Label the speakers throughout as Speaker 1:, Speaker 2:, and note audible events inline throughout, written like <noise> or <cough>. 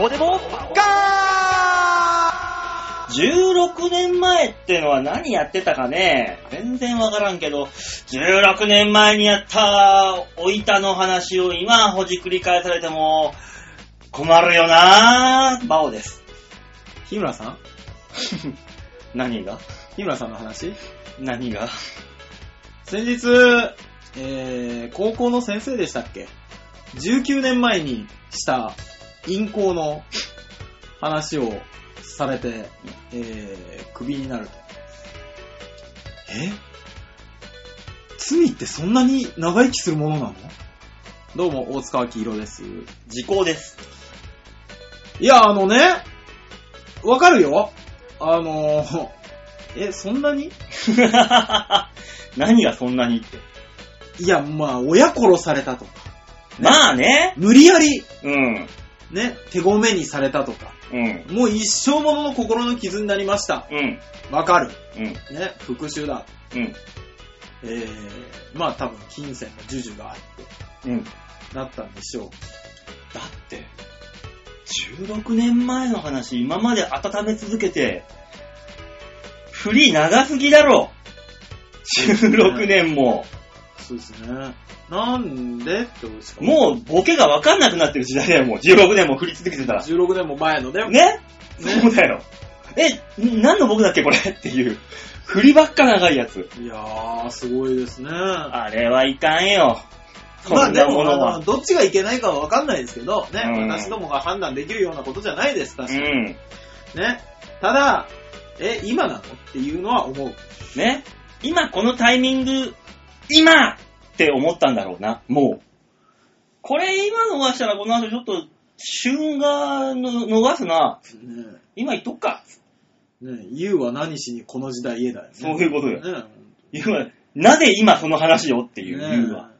Speaker 1: こでもガー16年前ってのは何やってたかね全然わからんけど、16年前にやったお板の話を今ほじくり返されても困るよなぁ。バオです。
Speaker 2: 日村さん
Speaker 1: <laughs> 何が
Speaker 2: 日村さんの話
Speaker 1: 何が
Speaker 2: 先日、えー、高校の先生でしたっけ ?19 年前にした陰行の話をされて、えー、クビになると。え罪ってそんなに長生きするものなのどうも、大塚明宏です。
Speaker 1: 時効です。 <laughs>
Speaker 2: いや、あのね、わかるよ。あの <laughs> ー、え、そんなに
Speaker 1: 何がそんなにって。
Speaker 2: いや、まあ、親殺されたとか、
Speaker 1: まあね。
Speaker 2: 無理やり、
Speaker 1: うん。
Speaker 2: ね、手ごめにされたとか、
Speaker 1: うん。
Speaker 2: もう一生ものの心の傷になりました。
Speaker 1: うん。
Speaker 2: わかる。
Speaker 1: うん。
Speaker 2: ね、復讐だ。
Speaker 1: うん。
Speaker 2: えー、まあ多分金銭の授受があって、
Speaker 1: うん。だ
Speaker 2: なったんでしょ
Speaker 1: って、16年前の話今まで温め続けて、振り長すぎだろ。16年も。
Speaker 2: う。そうですね。なんでってことですか
Speaker 1: もうボケがわかんなくなってる時代だよ、もう。16年も振り続けてたら。
Speaker 2: 16年も前のね、
Speaker 1: ね
Speaker 2: ね
Speaker 1: そうだよ。え、ん何の僕だっけ、これっていう。振りばっか長いやつ。
Speaker 2: いやー、すごいですね。ま
Speaker 1: あれはいかんよ。そ
Speaker 2: あ
Speaker 1: ん
Speaker 2: で
Speaker 1: なも
Speaker 2: も、
Speaker 1: の
Speaker 2: あ
Speaker 1: は
Speaker 2: の、。どっちがいけないかはわかんないですけど、ね、
Speaker 1: うん
Speaker 2: 私どもが判断できるようなことじゃないです、確
Speaker 1: う
Speaker 2: かに。
Speaker 1: ん。
Speaker 2: ね。ただ、え、今なのっていうのは思う。
Speaker 1: ね。今このタイミング、今って思ったんだろうな、もう。これ今逃したらこの後ちょっと、旬がぬ逃すな。
Speaker 2: ね
Speaker 1: 今言っとくか。
Speaker 2: ね言うは何しにこの時代へだよね。
Speaker 1: そういうことよ
Speaker 2: ね
Speaker 1: 言うわなぜ今その話をっていう
Speaker 2: ね
Speaker 1: 理由は。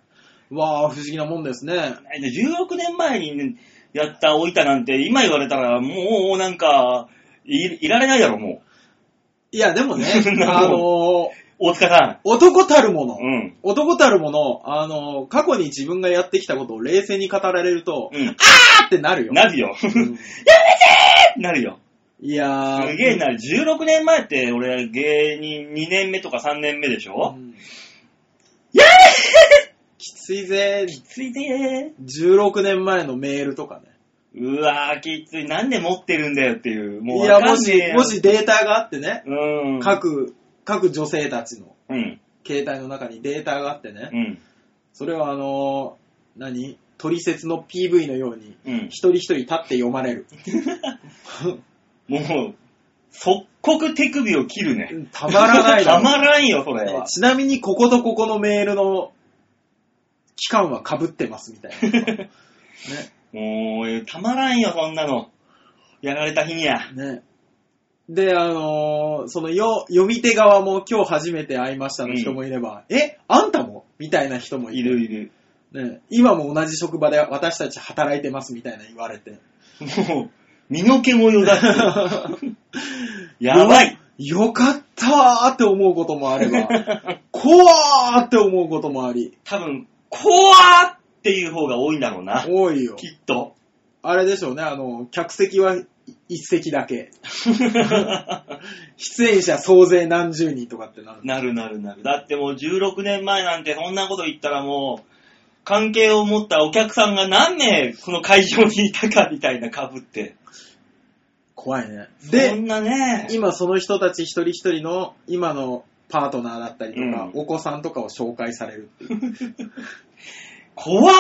Speaker 2: わあ、不思議なもんですね。
Speaker 1: で16年前にねやったお板なんて、今言われたら、もうなんか、いいられないだろ、も
Speaker 2: いや、でもね
Speaker 1: <laughs> そん、なもん
Speaker 2: あのー
Speaker 1: う。大塚さ
Speaker 2: 男たるもの
Speaker 1: ん。、うん。
Speaker 2: 男たるもの、あのー過去に自分がやってきたことを冷静に語られると、
Speaker 1: うん。
Speaker 2: あーってなるよ。
Speaker 1: なるよ。 <laughs>
Speaker 2: うん
Speaker 1: なるよ。
Speaker 2: いやー。
Speaker 1: すげえなる。16年前って、俺、芸人2年目とか3年目でし
Speaker 2: う
Speaker 1: ょ、
Speaker 2: ん。きついぜ。
Speaker 1: きついで
Speaker 2: 16年前のメールとかね。
Speaker 1: ー。うわー、きつい。なんで持ってるんだよっていう。もう
Speaker 2: い
Speaker 1: わ
Speaker 2: や、
Speaker 1: か
Speaker 2: も
Speaker 1: んね
Speaker 2: し
Speaker 1: え、よ
Speaker 2: も、しデータがあってね、
Speaker 1: うん。
Speaker 2: 各、各女性たちの
Speaker 1: うん。
Speaker 2: 携帯の中にデータがあってね、
Speaker 1: うん。
Speaker 2: それはあのー何取説の PV のように、
Speaker 1: うん。
Speaker 2: 一人一人立って読まれる。
Speaker 1: もう、即刻手首を切るね。
Speaker 2: たまらないだ
Speaker 1: た
Speaker 2: ろ
Speaker 1: まらんよ、それは。
Speaker 2: ちなみに、こことここのメールの期間は被ってますみたい
Speaker 1: <laughs>
Speaker 2: な。ね、
Speaker 1: もう、たまらんよ、そんなの。やられた日には。
Speaker 2: ね。で、あのーそのよ、読み手側も今日初めて会いましたの人もいれば、え、あんたもみたいな人もい
Speaker 1: い
Speaker 2: て
Speaker 1: るいる。
Speaker 2: ね、今も同じ職場で私たち働いてますみたいな言われて。
Speaker 1: もう、身の毛もよ
Speaker 2: <laughs>
Speaker 1: だつ。 <laughs> やばい。
Speaker 2: よよかったーって思うこともあれ
Speaker 1: <laughs>
Speaker 2: ば、怖ーって思うこともあり、
Speaker 1: 多分、怖ーっていう方が多いんだろうな。
Speaker 2: 多いよ。
Speaker 1: きっと。
Speaker 2: <laughs> あれでしょうね、あの、客席はい一席だけ。出演者総勢何十人とかってなる。
Speaker 1: なるなるなる。だってもう16年前なんてそんなこと言ったらもう、関係を持ったお客さんが何名この会場にいたかみたいな被って。
Speaker 2: 怖いね。
Speaker 1: そ
Speaker 2: で、
Speaker 1: んなね。
Speaker 2: <laughs> 今その人たち一人一人の今のパートナーだったりとか、
Speaker 1: うん
Speaker 2: お子さんとかを紹介されるっていう。
Speaker 1: 怖っ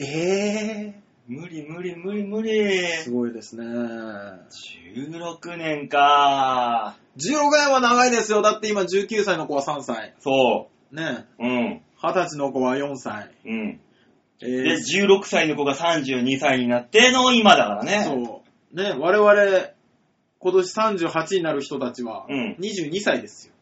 Speaker 2: え
Speaker 1: 無理無理無理無理。
Speaker 2: ー、すごいですね。
Speaker 1: 16年か
Speaker 2: 16年は長いですよ。だって今19歳の子は3歳。
Speaker 1: そ
Speaker 2: ね
Speaker 1: う。うん。
Speaker 2: 20歳の子は4歳。
Speaker 1: うん。
Speaker 2: え
Speaker 1: で、
Speaker 2: ー、
Speaker 1: 16歳の子が32歳になっての今だからね。
Speaker 2: そう。ね、我々、今年38になる人たちは
Speaker 1: うん、
Speaker 2: 22歳ですよ。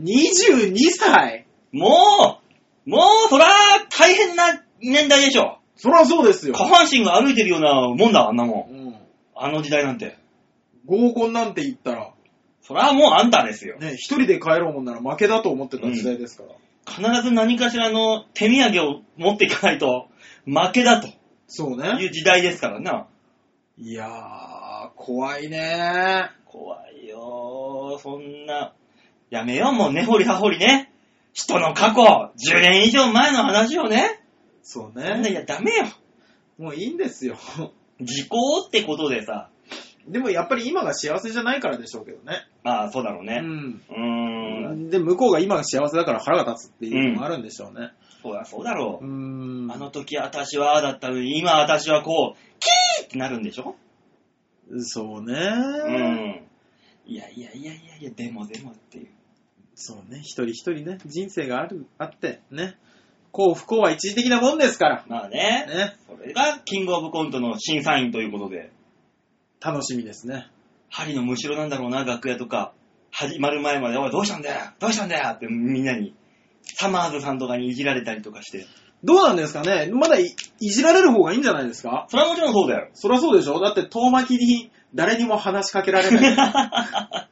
Speaker 2: 22歳
Speaker 1: もう、もう、そら、大変な年代でしょ。
Speaker 2: そりゃそうですよ。
Speaker 1: 下半身が歩いてるようなもんだ、あんなもん。
Speaker 2: うん。
Speaker 1: あの時代なんて。
Speaker 2: 合コンなんて言ったら、
Speaker 1: そらもうあんたですよ。
Speaker 2: ね、一人で帰ろうもんなら負けだと思ってた時代ですから。
Speaker 1: 必ず何かしらの手土産を持っていかないと負けだと
Speaker 2: そう
Speaker 1: い
Speaker 2: ね。
Speaker 1: う時代ですからな。
Speaker 2: いやー、怖いね
Speaker 1: 怖いよーそんな。やめよう、もう根掘り葉掘りね。人の過去、10年以上前の話をね。
Speaker 2: そう
Speaker 1: そんない
Speaker 2: ね。
Speaker 1: や、ダメよ。
Speaker 2: もういいんですよ。 <laughs>
Speaker 1: 時効ってことでさ。
Speaker 2: でもやっぱり今が幸せじゃないからでしょうけどね。
Speaker 1: まあ、そうだろうね。
Speaker 2: ん。
Speaker 1: うーん。
Speaker 2: で、向こうが今が幸せだから腹が立つっていうのもあるんでしょうね。
Speaker 1: そうだ、そうだろ
Speaker 2: う
Speaker 1: う。
Speaker 2: ん。
Speaker 1: あの時私はああだったのに、今私はこう、キーってなるんでしょ
Speaker 2: そう
Speaker 1: う
Speaker 2: ね、
Speaker 1: ん。いやいやいやいやいや、でもでもっていう。
Speaker 2: そうね。一人一人ね、人生がある、あって、ね。こう不幸は一時的なもんですから。
Speaker 1: まあね。
Speaker 2: ね。
Speaker 1: それが、キングオブコントの審査員ということで、
Speaker 2: 楽しみですね。
Speaker 1: 針のむしろなんだろうな、楽屋とか、始まる前まで、おい、どうしたんだよどうしたんだよってみんなに、サマーズさんとかにいじられたりとかして。
Speaker 2: どうなんですかねまだいいじられる方がいいんじゃないですか
Speaker 1: それはもちろんそう <laughs> だよ。
Speaker 2: そりゃそうでしょだって遠巻きに誰にも話しかけられない。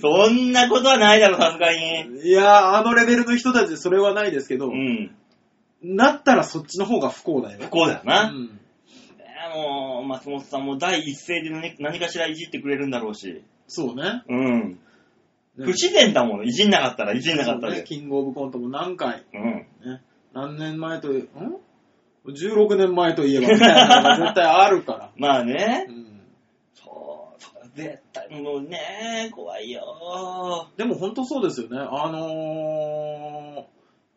Speaker 1: そんなことはないだろ、さすがに。
Speaker 2: いやー、あのレベルの人たちでそれはないですけど、
Speaker 1: うん。
Speaker 2: なったらそっちの方が不幸だよ
Speaker 1: 不。幸だよ
Speaker 2: う
Speaker 1: な。
Speaker 2: ん。
Speaker 1: ねえもう、松本さんも第一声で何何かしらいじってくれるんだろうし。
Speaker 2: そうね。
Speaker 1: うん。
Speaker 2: ね
Speaker 1: 不自然だもん。いじんなかったら、いじんなかった
Speaker 2: そう
Speaker 1: で。
Speaker 2: ね。キングオブコントも何回、
Speaker 1: うん。
Speaker 2: ね、何年前と、ん ?16 年前といえばみたいなのが絶対あるから。
Speaker 1: まあね
Speaker 2: う。ん
Speaker 1: そう、そう絶対、もうね、怖いよ。
Speaker 2: でも本当そうですよね。あの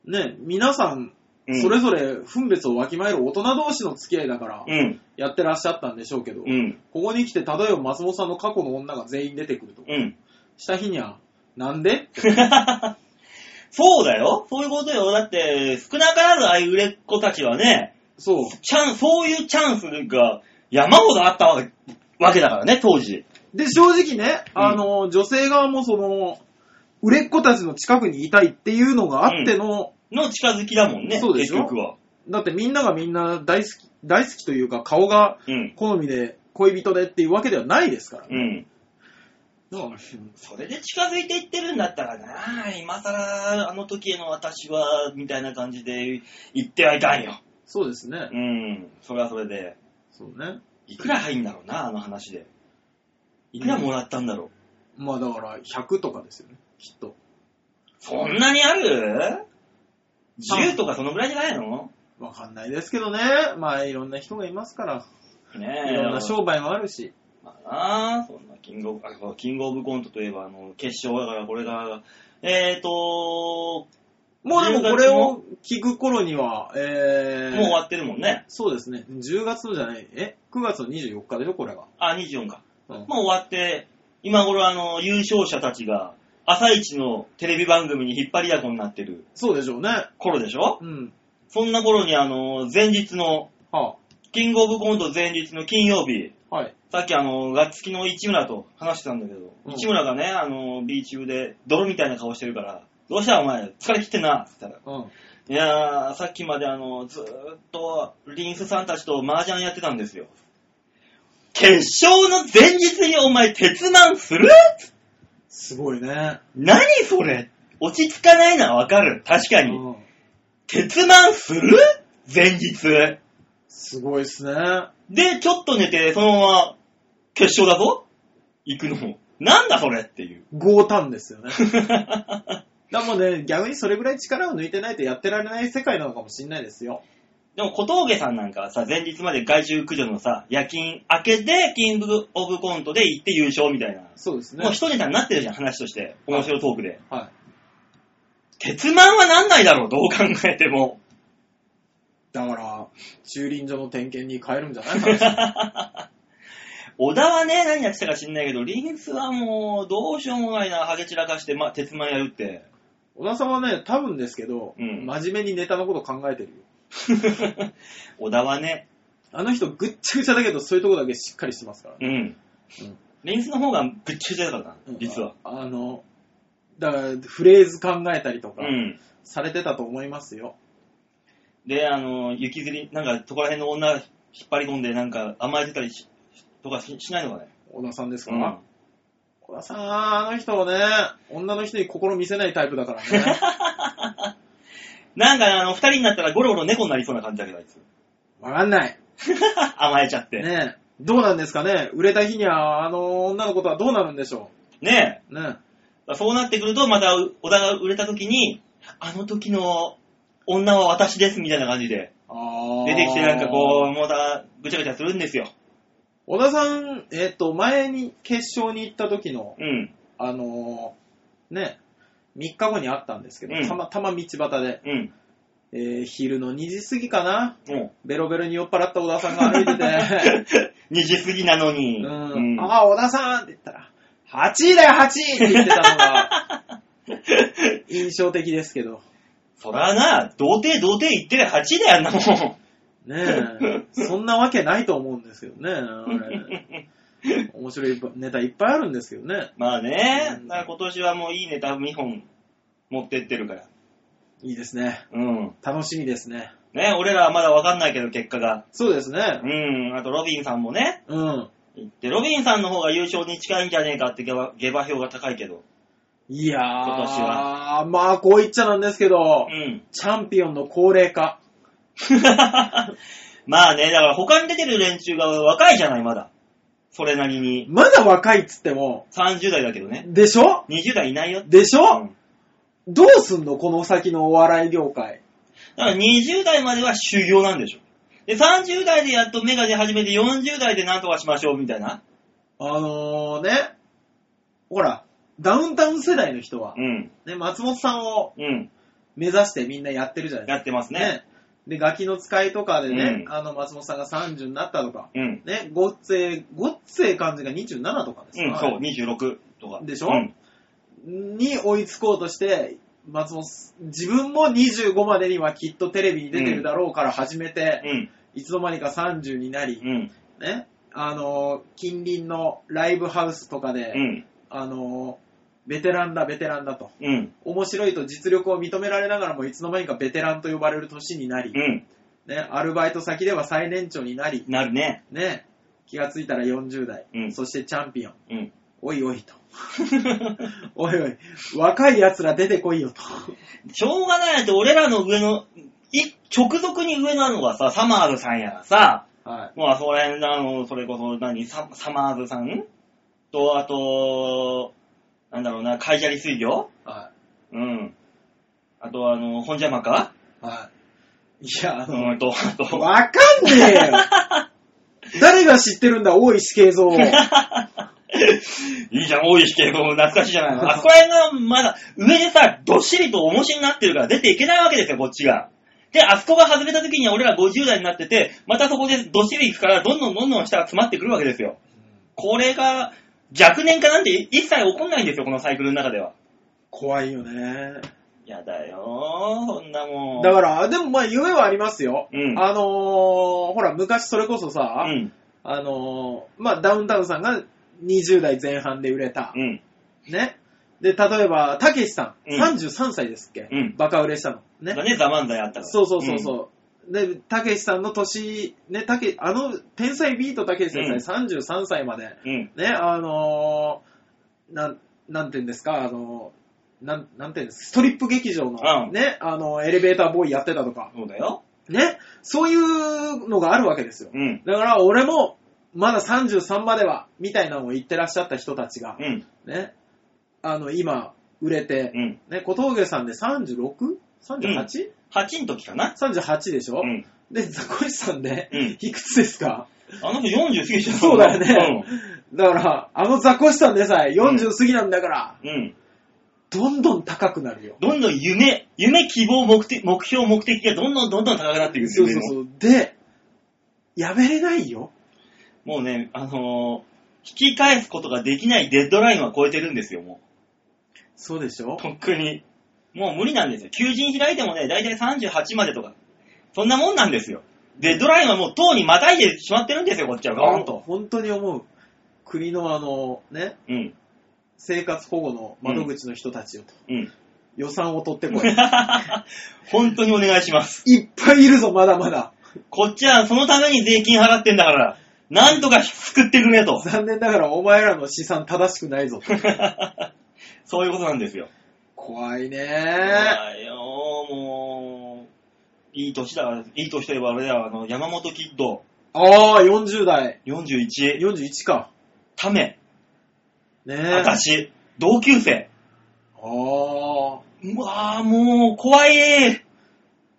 Speaker 2: ー、ね、皆さん、
Speaker 1: うん
Speaker 2: それぞれ分別をわきまえる大人同士の付き合いだから、
Speaker 1: うん、
Speaker 2: やってらっしゃったんでしょうけど、
Speaker 1: うん、
Speaker 2: ここに来て、例えば松本さんの過去の女が全員出てくると
Speaker 1: <laughs> うん。
Speaker 2: した日には、なんで
Speaker 1: そうだよ。そういうことよ。だって、少なからずああいう売れっ子たちはね、
Speaker 2: そう。
Speaker 1: チャン、そういうチャンスが山ほどあったわけわけだからね、当時。
Speaker 2: で、正直ね、
Speaker 1: うん
Speaker 2: あの、女性側もその、売れっ子たちの近くにいたいっていうのがあっての、
Speaker 1: の近づきだもんね、
Speaker 2: そうで
Speaker 1: 結
Speaker 2: しょ
Speaker 1: 局は。
Speaker 2: だってみんながみんな大好き、大好きというか顔が
Speaker 1: うん、
Speaker 2: 好みで恋人でっていうわけではないですから。
Speaker 1: うん。
Speaker 2: だから
Speaker 1: それで近づいていってるんだったらな、今更あの時への私は、みたいな感じで言ってはいかんよ。
Speaker 2: そうですね。
Speaker 1: うん、それはそれで。
Speaker 2: そうね。
Speaker 1: いくら入んだろうな、あの話で。いくらもらったんだろう。
Speaker 2: まあだから100とかですよね、きっと。
Speaker 1: そんなにある ?10 とかそのぐらいじゃないの
Speaker 2: わかんないですけどね。まあいろんな人がいますから、
Speaker 1: ねえ。
Speaker 2: いろんな商売もあるし。
Speaker 1: まあなそんなキングオブ、あそうキングオブコントといえば、あの、決勝だからこれが、えーと、
Speaker 2: もうでもこれを聞く頃には、えー、
Speaker 1: もう終わってるもんね。
Speaker 2: そうですね。10月のじゃない、え ?9 月の24日でしょ、これが。
Speaker 1: あ、24か。
Speaker 2: うん
Speaker 1: もう終わって、今頃あの、優勝者たちが、朝一のテレビ番組に引っ張りだこになってる
Speaker 2: そうでしょうね。
Speaker 1: 頃でしょ
Speaker 2: うん。
Speaker 1: そんな頃にあの、前日の、
Speaker 2: は
Speaker 1: キングオブコント前日の金曜日、
Speaker 2: あ、はい。
Speaker 1: さっきあの、ガッツキの市村と話してたんだけど、
Speaker 2: うん
Speaker 1: 市村がね、あの、B 中で泥みたいな顔してるから、どうしたお前、疲れ切ってんな、って言ったら。
Speaker 2: うん。
Speaker 1: いやー、さっきまであの、ずーっと、リンスさんたちと麻雀やってたんですよ。決勝の前日にお前、鉄腕する
Speaker 2: すごいね。
Speaker 1: 何それ落ち着かないのはわかる。確か
Speaker 2: う
Speaker 1: に。
Speaker 2: ん。
Speaker 1: 鉄腕する前日。
Speaker 2: すごいっすね。
Speaker 1: で、ちょっと寝て、そのまま、決勝だぞ行くのも。なんだそれっていう。
Speaker 2: 強胆ですよ <laughs> ね。
Speaker 1: <laughs>
Speaker 2: だもんね、逆にそれぐらい力を抜いてないとやってられない世界なのかもしれないですよ。
Speaker 1: でも小峠さんなんかはさ、前日まで外周駆除のさ、夜勤明けで、キングオブコントで行って優勝みたいな。
Speaker 2: そうですね
Speaker 1: もう。一ネタになってるじゃん、話として。面白いトークで。
Speaker 2: は
Speaker 1: 鉄マンはなんないだろう、どう考えても。
Speaker 2: い。だから、駐輪場の点検に変えるんじゃないかな。
Speaker 1: 小田はね、何やってたか知んないけど、リンスはもう、どうしようもないな、ハゲ散らかして、ま、鉄マンやる
Speaker 2: <laughs>
Speaker 1: って。
Speaker 2: <laughs> 小田さんはね、多分ですけど、
Speaker 1: うん
Speaker 2: 真面目にネタのこと考えてるよ。
Speaker 1: 小田はね、
Speaker 2: あの人ぐっちゃぐちゃだけど、そういうとこだけしっかりしてますからね。
Speaker 1: うん
Speaker 2: うん。
Speaker 1: リンスの方がぐっちゃぐちゃだから
Speaker 2: う
Speaker 1: な、
Speaker 2: ん
Speaker 1: 実は。。
Speaker 2: あの、だから、フレーズ考えたりと
Speaker 1: う
Speaker 2: か、
Speaker 1: ん。
Speaker 2: されてたと思いますよ。
Speaker 1: で、あの、雪吊り、なんか、そこら辺の女引っ張り込んで、なんか、甘えてたりし、とかししないのかね。
Speaker 2: 小田さんですか
Speaker 1: う
Speaker 2: ら、
Speaker 1: ん。
Speaker 2: 小田さん、あの人をね、女の人に心見せないタイプだから
Speaker 1: <laughs>
Speaker 2: ね。
Speaker 1: なんかね、あの、二人になったらゴロゴロ猫になりそうな感じだけど、あいつ。
Speaker 2: わかんない。
Speaker 1: <laughs> 甘えちゃって。
Speaker 2: ねえ。どうなんですかね売れた日には、あの女の子とはどうなるんでしょ
Speaker 1: ね
Speaker 2: うね。
Speaker 1: え。そうなってくると、また、小田が売れた時に、あの時の女は私です、みたいな感じで。
Speaker 2: あ
Speaker 1: 出てきてなんかこう、もうだ、ぐちゃぐちゃするんですよ。
Speaker 2: う。小田さん、えっ、と、前に決勝に行った時の、
Speaker 1: うん。
Speaker 2: あのーね、3日後に会ったんですけど、
Speaker 1: うん
Speaker 2: たまたま道端で、
Speaker 1: うん。
Speaker 2: えー昼の2時過ぎかな、
Speaker 1: <laughs> も
Speaker 2: ベロベロに酔っ払った小田さんが歩いて
Speaker 1: <laughs>
Speaker 2: て、
Speaker 1: う、2時過ぎなのに。
Speaker 2: うん、
Speaker 1: うん
Speaker 2: ああ、小田さんって言ったら、8位だよ、8位って言ってたのが、印象的ですけど。
Speaker 1: そらな、童貞童貞言ってる8だよな、も
Speaker 2: ねえ、そんなわけないと思うんですけどね、あれ面白いネタいっぱいあるんですけどね。
Speaker 1: う。まあね
Speaker 2: う、ん
Speaker 1: だから今年はもういいネタ2本持ってってるから。
Speaker 2: いいですね。
Speaker 1: うん。
Speaker 2: 楽しみですね。
Speaker 1: ね、俺らはまだわかんないけど、結果が。
Speaker 2: そうですね
Speaker 1: う。ん。あと、ロビンさんもね、
Speaker 2: うん。
Speaker 1: 言って、ロビンさんの方が優勝に近いんじゃねえかって下馬下馬評が高いけど。
Speaker 2: いやー、
Speaker 1: 今年
Speaker 2: まあ、こう言っちゃなんですけど
Speaker 1: う、ん。 <laughs>
Speaker 2: チャンピオンの高齢化。
Speaker 1: まあね、だから他に出てる連中が若いじゃない、まだ。それなりに。
Speaker 2: まだ若いっつっても、
Speaker 1: 30代だけどね。
Speaker 2: でしょ
Speaker 1: 20代いないよ。
Speaker 2: でしょ、
Speaker 1: うん
Speaker 2: どうすんのこの先のお笑い業界。
Speaker 1: だから20代までは修行なんでしょ。で、30代でやっと芽が出始めて40代でなんとかしましょうみたいな。
Speaker 2: あのーね、ほら、ダウンタウン世代の人は、
Speaker 1: うん。
Speaker 2: ね、松本さんを
Speaker 1: うん。
Speaker 2: 目指してみんなやってるじゃないで
Speaker 1: やってます
Speaker 2: すか。
Speaker 1: ね。
Speaker 2: で、ガキの使いとかでね、
Speaker 1: うん
Speaker 2: あの、松本さんが30になったとか、
Speaker 1: うん。
Speaker 2: ね、ごっつえ、ごっつえ感じが27とかですか、
Speaker 1: うん、そう、26とか。
Speaker 2: でしょ
Speaker 1: うん。
Speaker 2: に追いつこうとして、松本す、自分も25までにはきっとテレビに出てるだろうから始めて、
Speaker 1: うん。
Speaker 2: いつの間にか30になり
Speaker 1: う、ん。
Speaker 2: ね、あのー、近隣のライブハウスとかで、
Speaker 1: うん。
Speaker 2: あのー、ベテランだ、ベテランだと。
Speaker 1: うん。
Speaker 2: 面白いと実力を認められながらも、いつの間にかベテランと呼ばれる年になり
Speaker 1: う、ん。
Speaker 2: ね、アルバイト先では最年長になり、
Speaker 1: なるね。
Speaker 2: ね、気がついたら40代、
Speaker 1: うん
Speaker 2: そしてチャンピオン、
Speaker 1: うん。
Speaker 2: おいおいと。 <laughs> おいおい、若い奴ら出てこいよと。
Speaker 1: しょうがないって、俺らの上の、い、直属に上なのがさ、サマーズさんやらさ、
Speaker 2: はい。
Speaker 1: もうあそこら辺、あの、それこそ何、ササマーズさんと、あと、なんだろうな、カイジャリ水魚
Speaker 2: は
Speaker 1: うん。あと、あの、本邪魔か
Speaker 2: い。はい。いや、あ
Speaker 1: う
Speaker 2: の、
Speaker 1: んと、あと、
Speaker 2: わかんね
Speaker 1: <laughs>
Speaker 2: えよ誰が知ってるんだ、大石慶三を。
Speaker 1: いいじゃん、大石警部も懐かしいじゃ <laughs> ないの。あそこら辺がまだ、上でさ、どっしりと重しになってるから出ていけないわけですよ、こっちが。で、あそこが外れた時には俺ら50代になってて、またそこでどっしり行くから、どんどんどんどん下が詰まってくるわけですよ。これが、若年化なんて一切起こんないんですよ、このサイクルの中では。
Speaker 2: 怖いよね。
Speaker 1: やだよー、そんなもん。
Speaker 2: だから、でもまあ夢はありますよ。
Speaker 1: うん
Speaker 2: あのー、ほら、昔それこそさ、
Speaker 1: うん、
Speaker 2: あのー、まあダウンタウンさんが20代前半で売れた。
Speaker 1: うん、
Speaker 2: ね。で、例えば、たけしさん、
Speaker 1: うん
Speaker 2: 33歳ですっけ、
Speaker 1: うん
Speaker 2: バカ売れしたの。ね
Speaker 1: だ。からね、ザ・漫才あったから。
Speaker 2: そうそうそうそう。で、たけしさんの年、ね、たけ、あの、天才ビートたけし先生、33歳まで、
Speaker 1: うん。うん、
Speaker 2: ね、あのー、なん、なんて言うんですか、あのー、なん、なんて言うんですか、ストリップ劇場の、
Speaker 1: うん
Speaker 2: ね、あの、エレベーターボーイやってたとか、
Speaker 1: そうだよ。
Speaker 2: ね、そういうのがあるわけですよ。
Speaker 1: うん、
Speaker 2: だから、俺も、まだ33までは、みたいなのを言ってらっしゃった人たちが、
Speaker 1: うん、
Speaker 2: ね、あの、今、売れて
Speaker 1: う、ん。
Speaker 2: ね、小峠さんで 36?38?38、
Speaker 1: 8の時かな
Speaker 2: 38でしょ、
Speaker 1: うん。
Speaker 2: で、ザコシさんで、
Speaker 1: うん
Speaker 2: いくつですか
Speaker 1: あの子40過ぎちゃった。
Speaker 2: そうだよね。だから、あのザコシさんでさえ40過ぎなんだから、
Speaker 1: うん。うん。
Speaker 2: どんどん高くなるよ。
Speaker 1: どんどん夢、夢、希望、目的、目標、目的がどんどんどんどん高くなっていくんです
Speaker 2: そう
Speaker 1: よね
Speaker 2: そうそう。で、やめれないよ。
Speaker 1: もうね、あのー引き返すことができないデッドラインは超えてるんですよ、も
Speaker 2: そうでしょ
Speaker 1: う。とっくに。もう無理なんですよ。求人開いてもね、だいたい38までとか。そんなもんなんですよ。デッドラインはもうとうにまたいでしまってるんですよ、こっちは。ガーンと。
Speaker 2: 本当に思う。国のあの、ね、
Speaker 1: うん。
Speaker 2: 生活保護の窓口の人たちよと。
Speaker 1: うん。 <laughs>
Speaker 2: 予算を取ってこい。
Speaker 1: 本当にお願いします。
Speaker 2: いっぱいいるぞ、まだまだ。
Speaker 1: こっちはそのために税金払ってんだから、なんとか救ってく
Speaker 2: <laughs>
Speaker 1: れと。
Speaker 2: 残念ながらお前らの資産正しくないぞ
Speaker 1: <laughs>
Speaker 2: と。
Speaker 1: そういうことなんですよ。
Speaker 2: 怖いね
Speaker 1: 怖いよもう、いい年だから、いい年といえばあれだよ、あの、山本キッド、
Speaker 2: ああ、40代。
Speaker 1: 41、
Speaker 2: 41か。
Speaker 1: ため、
Speaker 2: ねえ。
Speaker 1: 私、同級生。
Speaker 2: ああ。
Speaker 1: うわぁ、もう、怖い。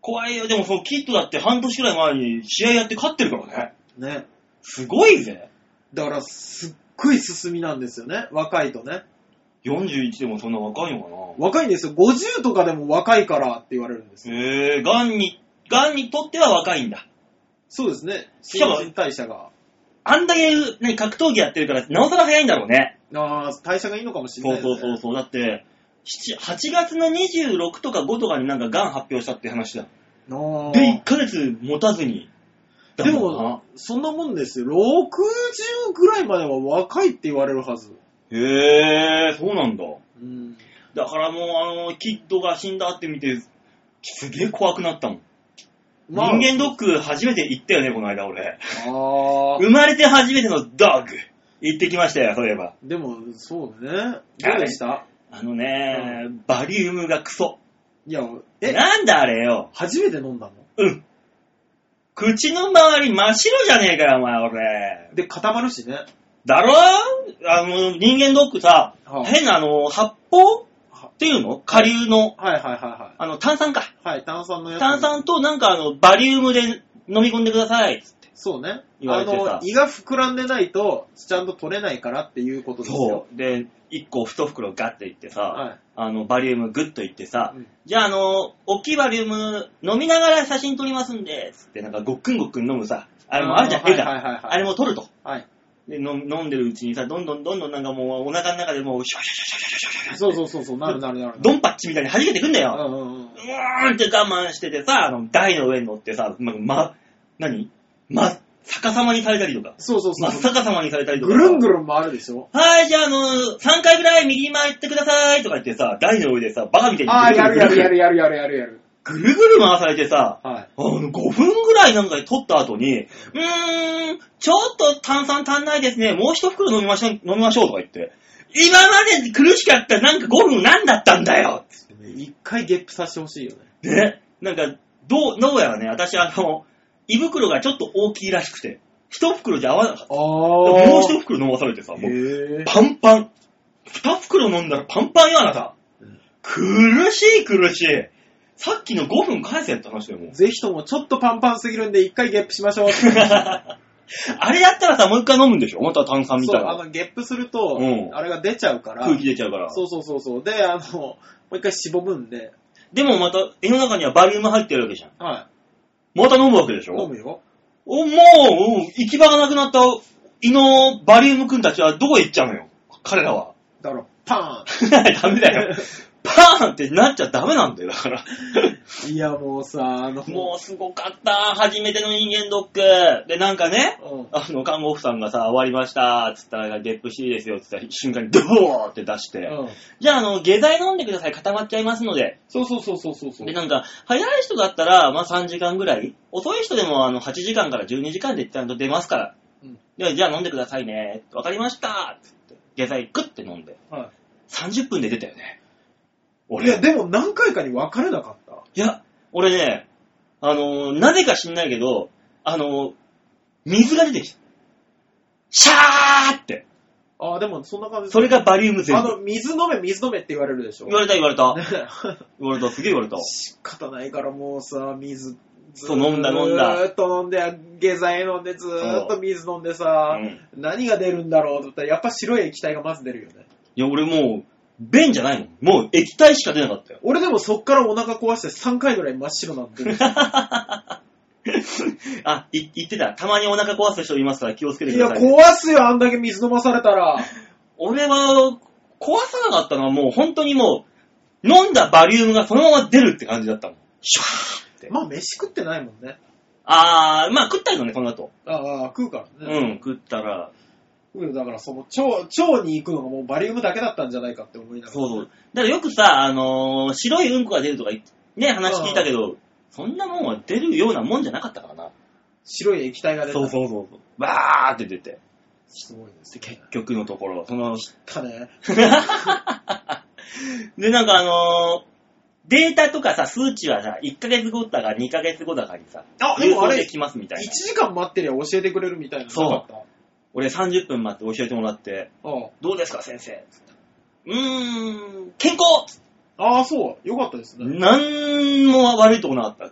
Speaker 1: 怖いよ。でも、そのキットだって半年くらい前に試合やって勝ってるからね。
Speaker 2: ね。
Speaker 1: すごいぜ。
Speaker 2: だから、すっごい進みなんですよね。若いとね。
Speaker 1: 41でもそんな若いのか
Speaker 2: 若いんですよ。50とかでも若いからって言われるんですよ。
Speaker 1: なへぇ、ガンに、ガンにとっては若いんだ。
Speaker 2: そうですね。
Speaker 1: しか
Speaker 2: 新
Speaker 1: も
Speaker 2: 陳代謝が。
Speaker 1: あんだけ、ね、格闘技やってるから、なおさら早いんだろうね。
Speaker 2: ああ、代謝がいいのかもしれ
Speaker 1: そ
Speaker 2: な
Speaker 1: う
Speaker 2: い、ね。
Speaker 1: そうそうそう。だって、7 8月の26とか5とかになんかガン発表したって話だ。
Speaker 2: ああ
Speaker 1: で、1ヶ月持たずに。
Speaker 2: でも、そんなもんですよ。60ぐらいまでは若いって言われるはず。
Speaker 1: だな、へぇ、そうなんだ。
Speaker 2: うん。
Speaker 1: だからもう、あの、キッドが死んだって見て、すげえ怖くなったもん。
Speaker 2: まあ、
Speaker 1: 人間ドック初めて行ったよね、この間俺。
Speaker 2: ああ。
Speaker 1: 生まれて初めてのドッグ。行ってきましたよ、そういえば。
Speaker 2: でも、そうね。どうでした
Speaker 1: あのね、バリウムがクソ。
Speaker 2: いや、え、
Speaker 1: なんだあれよ。
Speaker 2: 初めて飲んだの
Speaker 1: うん。口の周り真っ白じゃねえかよ、お前、俺。
Speaker 2: で、固まるしね。
Speaker 1: だろあの、人間ドックさ、
Speaker 2: はい
Speaker 1: 変なあの、発泡っていうの下流の、
Speaker 2: はいはいはいは
Speaker 1: あの、炭酸か。
Speaker 2: い。はい、炭酸のやつ。
Speaker 1: 炭酸となんかあの、バリウムで飲み込んでください。
Speaker 2: そうね。
Speaker 1: 言わ
Speaker 2: あ
Speaker 1: れてた
Speaker 2: の、胃が膨らんでないと、ちゃんと取れないからっていうことですよ
Speaker 1: そ。う。で、1個一袋ガッていってさ、
Speaker 2: はい。
Speaker 1: あの、バリウムグッといってさ、
Speaker 2: うん
Speaker 1: じゃああの、大きいバリウム飲みながら写真撮りますんで、つってなんかごっくんごっくん飲むさ、あれもあるじゃん、
Speaker 2: はい
Speaker 1: 絵
Speaker 2: はいは
Speaker 1: が。
Speaker 2: いはい。
Speaker 1: あれも撮ると。
Speaker 2: はい。
Speaker 1: で、飲飲んでるうちにさ、どんどんどんどんなんかもうお腹の中でもう、シュワシュワシュワシュワシュワシュワ
Speaker 2: そうそうそうそう、なるなるなる。
Speaker 1: ドンパッチみたいに弾けてくんだよ。
Speaker 2: うんうんうん。
Speaker 1: うーんって我慢しててさ、あの、台の上に乗ってさ、ま、ま、何ま、逆さまにされたりとか。
Speaker 2: そうそうそ
Speaker 1: ま、
Speaker 2: うそう。
Speaker 1: 逆さまにされたりとか
Speaker 2: ぐ
Speaker 1: さ。
Speaker 2: るんぐるん回るでしょ
Speaker 1: はい、じゃあ、あの3回ぐらい右に回ってくださいとか言ってさ、台の上でさ、バカみたいに
Speaker 2: ああ、やるやるや
Speaker 1: る。
Speaker 2: るやるやるやるやる。
Speaker 1: ぐるぐる回されてさ、
Speaker 2: はい。
Speaker 1: あの、5分ぐらいなんかで取った後に、うーん、ちょっと炭酸足んないですね。もう一袋飲みましょう、飲みましょうとか言って。今まで苦しかったなんか5分何だったんだよ
Speaker 2: 一回ゲップさせてほしいよね。
Speaker 1: ね、なんか、どう、どうやらね、私あの、胃袋がちょっと大きいらしくて、一袋じゃ合わなかっ
Speaker 2: ああ。
Speaker 1: た。もう
Speaker 2: も
Speaker 1: 一袋飲まされてさ、もう、
Speaker 2: へえ。
Speaker 1: パンパン。二袋飲んだらパンパンよ、あなた
Speaker 2: うん。
Speaker 1: 苦しい、苦しい。さっきの5分返せって話だよ、もう。
Speaker 2: ぜひともちょっとパンパンすぎるんで一回ゲップしま
Speaker 1: <laughs>
Speaker 2: しょう。
Speaker 1: あれだったらさ、もう一回飲むんでしょまた炭酸み
Speaker 2: そ、
Speaker 1: たいう
Speaker 2: あ
Speaker 1: な。
Speaker 2: の、ゲップすると
Speaker 1: うん、
Speaker 2: あれが出ちゃうから、
Speaker 1: 空気出ちゃうから。
Speaker 2: そうそうそうそう。で、あの、もう一回しぼむんで、
Speaker 1: でもまた、胃の中にはバリウム入ってるわけじゃん。
Speaker 2: は
Speaker 1: また飲むわけでし
Speaker 2: い。飲
Speaker 1: ょ
Speaker 2: むよ。
Speaker 1: お、もう、うん行き場がなくなった胃のバリウムくんたちはどこへ行っちゃうのよ彼らは。
Speaker 2: だから、パ
Speaker 1: ダメだよ。パーンってなっちゃダメなんだよ、だ
Speaker 2: <laughs>
Speaker 1: から。
Speaker 2: ー
Speaker 1: <laughs>
Speaker 2: ンいや、もうさ、あの、
Speaker 1: もうすごかった。初めての人間ドック。で、なんかね、
Speaker 2: うん。
Speaker 1: あの、看護婦さんがさ、終わりました、つったら、ゲップしていいですよ、つったら、瞬間にドボーって出して、
Speaker 2: うん
Speaker 1: じゃあ、あの、下剤飲んでください、固まっちゃいますので。
Speaker 2: そうそうそうそうそうそう
Speaker 1: で、。なんか、早い人だったら、まあ、3時間ぐらい。遅い人でも、あの、8時間から12時間で一旦出ますから。
Speaker 2: うん
Speaker 1: ではじゃあ飲んでくださいね。わかりましたつって、下剤グッて飲んで。
Speaker 2: は
Speaker 1: 30分で出たよね。
Speaker 2: い
Speaker 1: 俺。
Speaker 2: いや、でも何回かに分かれなかった。
Speaker 1: いや、俺ね、あのーなぜか知んないけど、あのー水が出てきた。シャーって。
Speaker 2: ああ、でもそんな感じ
Speaker 1: それがバリウム全
Speaker 2: あ
Speaker 1: 部。
Speaker 2: の、水飲め、水飲めって言われるでしょ。
Speaker 1: 言われた言われた。
Speaker 2: ね
Speaker 1: 言われた、すげえ言われた。
Speaker 2: 仕方ないからもうさ、水、ず
Speaker 1: そう飲んだ飲んだ
Speaker 2: ずーっと飲んで、下剤飲んで、ずーっと水飲んでさ、
Speaker 1: うん
Speaker 2: 何が出るんだろうと思ったら、やっぱ白い液体がまず出るよね。
Speaker 1: いや、俺もう、便じゃないの。もう液体しか出なかったよ。 <laughs>
Speaker 2: 俺でもそっからお腹壊して3回ぐらい真っ白なんで。
Speaker 1: あ、い言ってた。たまにお腹壊す人いますから気をつけて
Speaker 2: い
Speaker 1: く
Speaker 2: や、
Speaker 1: ださい、
Speaker 2: 壊すよ、あんだけ水飲まされたら。
Speaker 1: 俺は、壊さなかったのはもう本当にもう、飲んだバリウムがそのまま出るって感じだったもん。シュワーって。
Speaker 2: まあ、飯食ってないもんね。
Speaker 1: あー、まあ食ったけどね、その後。
Speaker 2: ああ、食うから
Speaker 1: う
Speaker 2: ね。
Speaker 1: ん、食ったら、
Speaker 2: 食うよだから、その腸、腸に行くのがもうバリウムだけだったんじゃないかって思いながら。
Speaker 1: そうそう。だからよくさ、あのー白いうんこが出るとか言って、ね、話聞いたけど、そんなもんは出るようなもんじゃなかったからな。
Speaker 2: 白い液体が出た。
Speaker 1: そうそうそう。わーって出て、
Speaker 2: すごいですね。
Speaker 1: 結局のと <laughs> ころ、その、
Speaker 2: かね。
Speaker 1: で、なんかあのーデータとかさ、数値はさ、1ヶ月後だか2ヶ月後だかにさ、
Speaker 2: あでもあれ
Speaker 1: 郵送できますみたい
Speaker 2: 1
Speaker 1: な。
Speaker 2: 時間待ってりゃ教えてくれるみたいな。
Speaker 1: そう
Speaker 2: なかっ
Speaker 1: 俺30分待って教えてもらって、
Speaker 2: た。うん
Speaker 1: どうですか先生うーん、健康
Speaker 2: ああ、そう。よかったですね。
Speaker 1: なんも悪いとこなかった。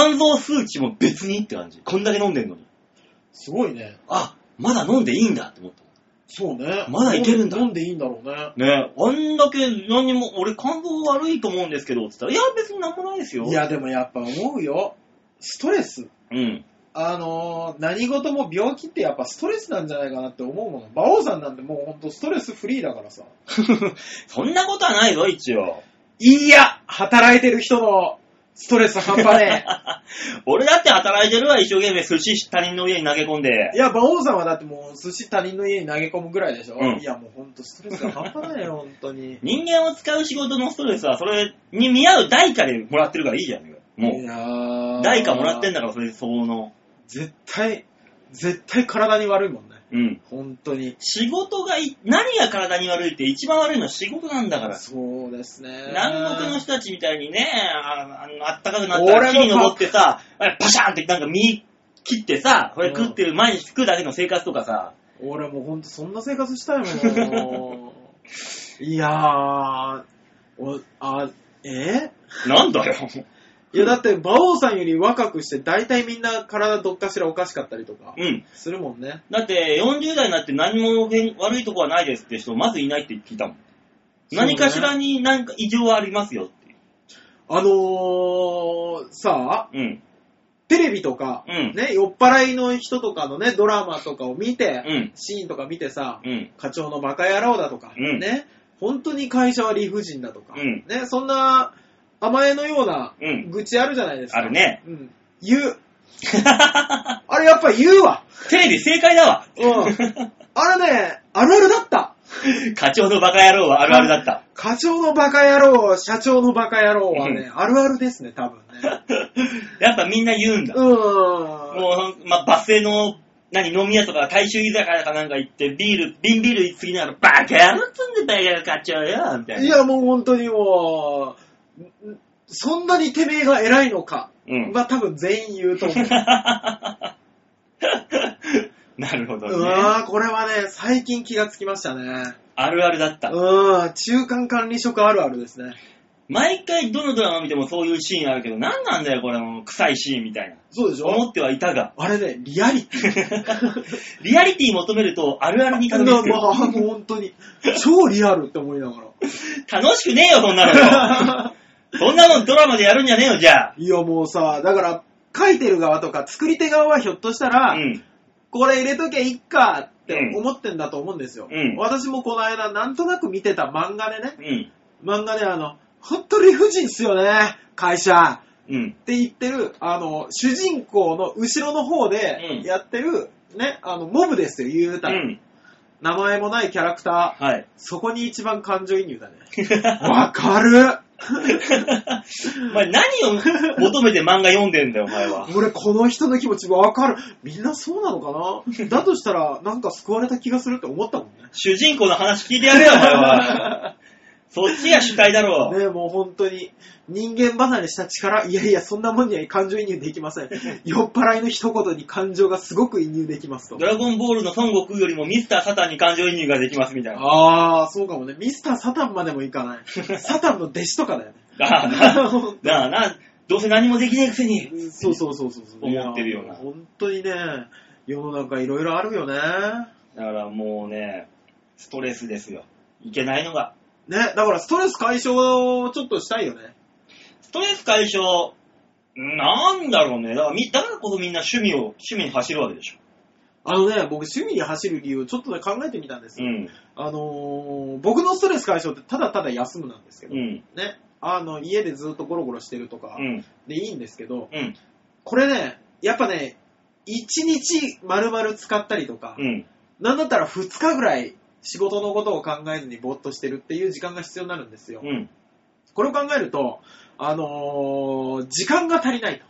Speaker 1: 肝臓数値も別にって感じ。こんだけ飲んでんのに。
Speaker 2: すごいね。
Speaker 1: あ、まだ飲んでいいんだって思った。
Speaker 2: そうね。
Speaker 1: まだいけるんだ
Speaker 2: 飲んでいいんだろうね。
Speaker 1: ねえ、あんだけ何にも、俺肝臓悪いと思うんですけど、つったら、いや別になんもないですよ。
Speaker 2: い、や、でもやっぱ思うよ。ストレス。
Speaker 1: うん。 <laughs>
Speaker 2: あのー何事も病気ってやっぱストレスなんじゃないかなって思うもの。馬王さんなんてもうほんとストレスフリーだからさ。
Speaker 1: そんなことはないぞ、一応。
Speaker 2: いや、働いてる人のストレス半端ね
Speaker 1: 俺だって働いてるわ、一生懸命寿司他人の家に投げ込んで
Speaker 2: え。 <laughs> い。や、馬王さんはだってもう寿司他人の家に投げ込むぐらいでしょ。
Speaker 1: うん
Speaker 2: いや、もうほんとストレスが半端ないよ、ほんとに。
Speaker 1: 人間を使う仕事のストレスは、それに見合う代価でもらってるからいいじゃん。
Speaker 2: い
Speaker 1: も
Speaker 2: や
Speaker 1: う、
Speaker 2: ー
Speaker 1: 代価もらってんだから、それ相応の。
Speaker 2: 絶対、絶対体に悪いもんね。
Speaker 1: うん。
Speaker 2: ほんとに。
Speaker 1: 仕事がい、何が体に悪いって一番悪いのは仕事なんだから。
Speaker 2: そうですね。
Speaker 1: 南国の人たちみたいにね、ああのあったかくなったら木に登ってさ、パシャーンってなんか身切ってさ、これ食ってる、毎日食うだけの生活とかさ、
Speaker 2: 俺もうほんとそんな生活したい
Speaker 1: <laughs>
Speaker 2: もん。いやー、おあ、え
Speaker 1: なんだよ。
Speaker 2: <laughs> いやだって馬王さんより若くして大体みんな体どっかしらおかしかったりとか
Speaker 1: うん。
Speaker 2: するもんね。
Speaker 1: だって40代になって何も変悪いとこはないですって人、まずいないって聞いたもん。
Speaker 2: そうね
Speaker 1: 何かしらに何か異常はありますよっていう。
Speaker 2: あのー、さあ、
Speaker 1: うん。
Speaker 2: テレビとか、
Speaker 1: うん
Speaker 2: ね、酔っ払いの人とかのね、ドラマとかを見て、
Speaker 1: うん
Speaker 2: シーンとか見てさ、
Speaker 1: うん。
Speaker 2: 課長のバカ野郎だとか、
Speaker 1: うん
Speaker 2: ね、本当に会社は理不尽だとか、
Speaker 1: うん
Speaker 2: ね、そんな甘えのような
Speaker 1: うん
Speaker 2: 愚痴あるじゃないですか。
Speaker 1: あるね。 <laughs>
Speaker 2: うん。言う。あれやっぱ言うわ。
Speaker 1: テレビ正解だわ。
Speaker 2: うん。
Speaker 1: <laughs>
Speaker 2: あれね、あるあるだった。
Speaker 1: 課長のバカ野郎はあるあるだった。 <laughs>
Speaker 2: 課長のバカ野郎、社長のバカ野郎はね、
Speaker 1: う
Speaker 2: あるあるですね、多分
Speaker 1: <laughs>
Speaker 2: ね。
Speaker 1: やっぱみんな言うんだ。
Speaker 2: うーん。
Speaker 1: もう、まあ、バス停の、何、飲み屋とか、大衆居酒屋かなんか行って、ビール、瓶ビールつぎながら、バカ野郎っつんでバカ野郎買っちゃうよ、みたいな。
Speaker 2: いや、もう本当にもう、んそんなにてめえが偉いのか。
Speaker 1: うん
Speaker 2: まあ多分全員言うと思う。
Speaker 1: <laughs> なるほど
Speaker 2: う
Speaker 1: ね。
Speaker 2: わーこれはね、最近気がつきましたね。
Speaker 1: あるあるだった。
Speaker 2: うーん、中間管理職あるあるですね。
Speaker 1: 毎回どのドラマ見てもそういうシーンあるけど、何なんだよ、これもう臭いシーンみたいな。
Speaker 2: そうでし
Speaker 1: 思
Speaker 2: ょ
Speaker 1: ってはいたが。 <laughs>
Speaker 2: あれね、リアリティ。
Speaker 1: リアリティ求めると、あるあるに <laughs>
Speaker 2: まあ、
Speaker 1: 感じ
Speaker 2: <laughs> も
Speaker 1: る
Speaker 2: う。本当に、超リアルって思いなが
Speaker 1: 楽しくねえよ、そ
Speaker 2: <laughs>
Speaker 1: んなの <laughs> よ。
Speaker 2: ら。
Speaker 1: そんなのドラマでやるんじゃねえよ、じゃあ。
Speaker 2: いや、もうさ、だから、書いてる側とか作り手側はひょっとしたら、
Speaker 1: うん。
Speaker 2: これ入れときゃいいかって思ってんだと思うんですよ。
Speaker 1: うん
Speaker 2: 私もこの間、なんとなく見てた漫画でね、
Speaker 1: うん。
Speaker 2: 漫画であの、本当理不尽っすよね、会社。
Speaker 1: うん。
Speaker 2: って言ってる、あの、主人公の後ろの方
Speaker 1: うん
Speaker 2: でやってる、ね、あの、モブですよ、言う
Speaker 1: う
Speaker 2: たら。
Speaker 1: ん。
Speaker 2: 名前もないキャラクター。
Speaker 1: はい。
Speaker 2: そこに一番感情移入だね。 <laughs> わかる
Speaker 1: <laughs> お前何を求めて漫画読んでんだよ、お前は。
Speaker 2: 俺、この人の気持ちわかる。みんなそうなのか <laughs> なだとしたら、なんか救われた気がするって思ったもんね。
Speaker 1: 主人公の話聞いてやれよ、お前は。そっちが主体だろう。
Speaker 2: ねえもう本当に、人間離れした力、いやいや、そんなもんには感情移入できません。酔っ払いの一言に感情がすごく移入できますと
Speaker 1: ド。ラゴンボールの孫悟空よりもミスターサタンに感情移入ができますみたいな。
Speaker 2: ああ、そうかもね。ミスターサタンまでもいかない。サタンの弟子とかだ <laughs> よね。
Speaker 1: ああ、ななあなあ、どうせ何もできねえくせに。
Speaker 2: そうそうそうそうそう。
Speaker 1: 思ってるような
Speaker 2: や
Speaker 1: い
Speaker 2: 本当にね、世の中いろいろあるよね。
Speaker 1: だからもうね、ストレスですよ。いけないのが。
Speaker 2: ね、だからストレス解消をちょっとしたいよね。
Speaker 1: ストレス解消、なんだろうね。だからみだからこそみんな趣味を、趣味に走るわけでしょ。
Speaker 2: あのね、僕趣味に走る理由をちょっとね考えてみたんです
Speaker 1: う
Speaker 2: よ。
Speaker 1: ん。
Speaker 2: あのー僕のストレス解消ってただただ休むなんですけど、
Speaker 1: うん。
Speaker 2: ね、あの、家でずっとゴロゴロしてるとか
Speaker 1: うん。
Speaker 2: でいいんですけど、
Speaker 1: うん。
Speaker 2: これね、やっぱね、一日丸々使ったりとか、
Speaker 1: うん。
Speaker 2: なんだったら2日ぐらい仕事のことを考えずにぼーっとしてるっていう時間が必要になるんですよ。
Speaker 1: うん。
Speaker 2: これを考えると、あのー時間が足りない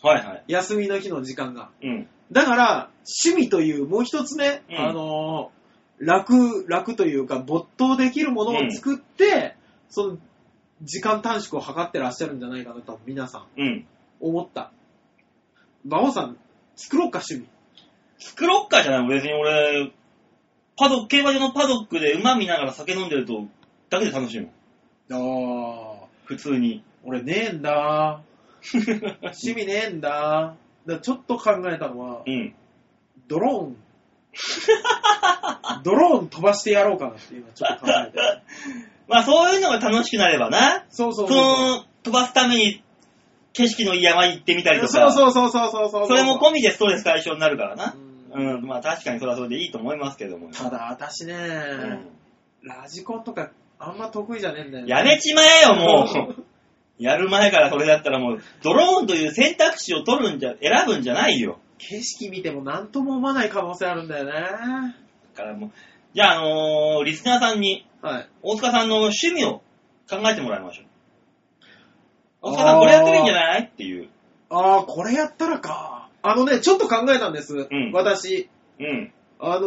Speaker 2: と。
Speaker 1: はいはい。
Speaker 2: 休みの日の時間が。
Speaker 1: うん。
Speaker 2: だから、趣味というもう一つね、
Speaker 1: うん
Speaker 2: あのー楽、楽というか没頭できるものを作って、その時間短縮を図ってらっしゃるんじゃないかなと、皆さん、
Speaker 1: うん。
Speaker 2: 思った。馬王さん、作ろうか、趣味。
Speaker 1: 作ろっかじゃない別に俺、パドック、競馬場のパドックで馬見ながら酒飲んでると、だけで楽しいもん。
Speaker 2: ああ、
Speaker 1: 普通に。
Speaker 2: 俺ねえんだ。
Speaker 1: <laughs>
Speaker 2: 趣味ねえんだ。だからちょっと考えたのは
Speaker 1: う、ん。
Speaker 2: ドロ <laughs> ーン。ドローン飛ばしてやろうかなって今ちょっと考えて。
Speaker 1: まあそういうのが楽しくなればな。
Speaker 2: そうそ
Speaker 1: そう
Speaker 2: そう。
Speaker 1: の、飛ばすために、景色のいい山に行ってみたりとか。
Speaker 2: そうそうそうそうそうそう。
Speaker 1: それも込みでストレス解消になるからな。
Speaker 2: う
Speaker 1: うんん、まあ確かにそれはそれでいいと思いますけども。
Speaker 2: ただ、私ね、
Speaker 1: うん
Speaker 2: ラジコンとかあんま得意じゃねえんだよね。
Speaker 1: やめちまえよ、もう。やる前からそれだったらもう、ドローンという選択肢を取るんじゃ、選ぶんじゃないよ。
Speaker 2: 景色見ても何とも思わない可能性あるんだよね。
Speaker 1: だからもう、じゃあ、あのーリスナーさんに、
Speaker 2: はい。
Speaker 1: 大塚さんの趣味を考えてもらいましょう。大塚さん、これやってるんじゃないっていう。
Speaker 2: ああ、これやったらか。あのね、ちょっと考えたんです。
Speaker 1: うん
Speaker 2: 私。
Speaker 1: うん。
Speaker 2: あの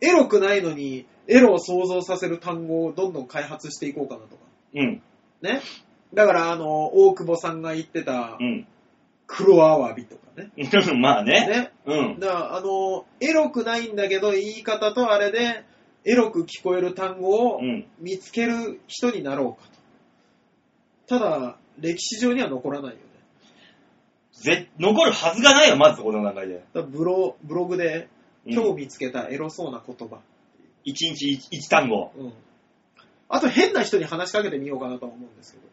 Speaker 2: ー、エロくないのに、エロを想像させる単語をどんどん開発していこうかなとか。
Speaker 1: うん。
Speaker 2: ね。だから、あのー、大久保さんが言ってた
Speaker 1: う、ん。 <laughs>
Speaker 2: 黒アワビとかね。
Speaker 1: まあね。
Speaker 2: ね。
Speaker 1: うん。
Speaker 2: だから、あのー、エロくないんだけど、言い方とあれで、エロく聞こえる単語を
Speaker 1: うん。
Speaker 2: 見つける人になろうかと。ただ、歴史上には残らないよね。
Speaker 1: ぜ、残るはずがないよ、まずこの段階で。
Speaker 2: だからブロブログで、
Speaker 1: うん
Speaker 2: 今日見つけたエロそうな言葉。
Speaker 1: 一日一一単語。
Speaker 2: うん。あと変な人に話しかけてみようかなとは思うんですけど。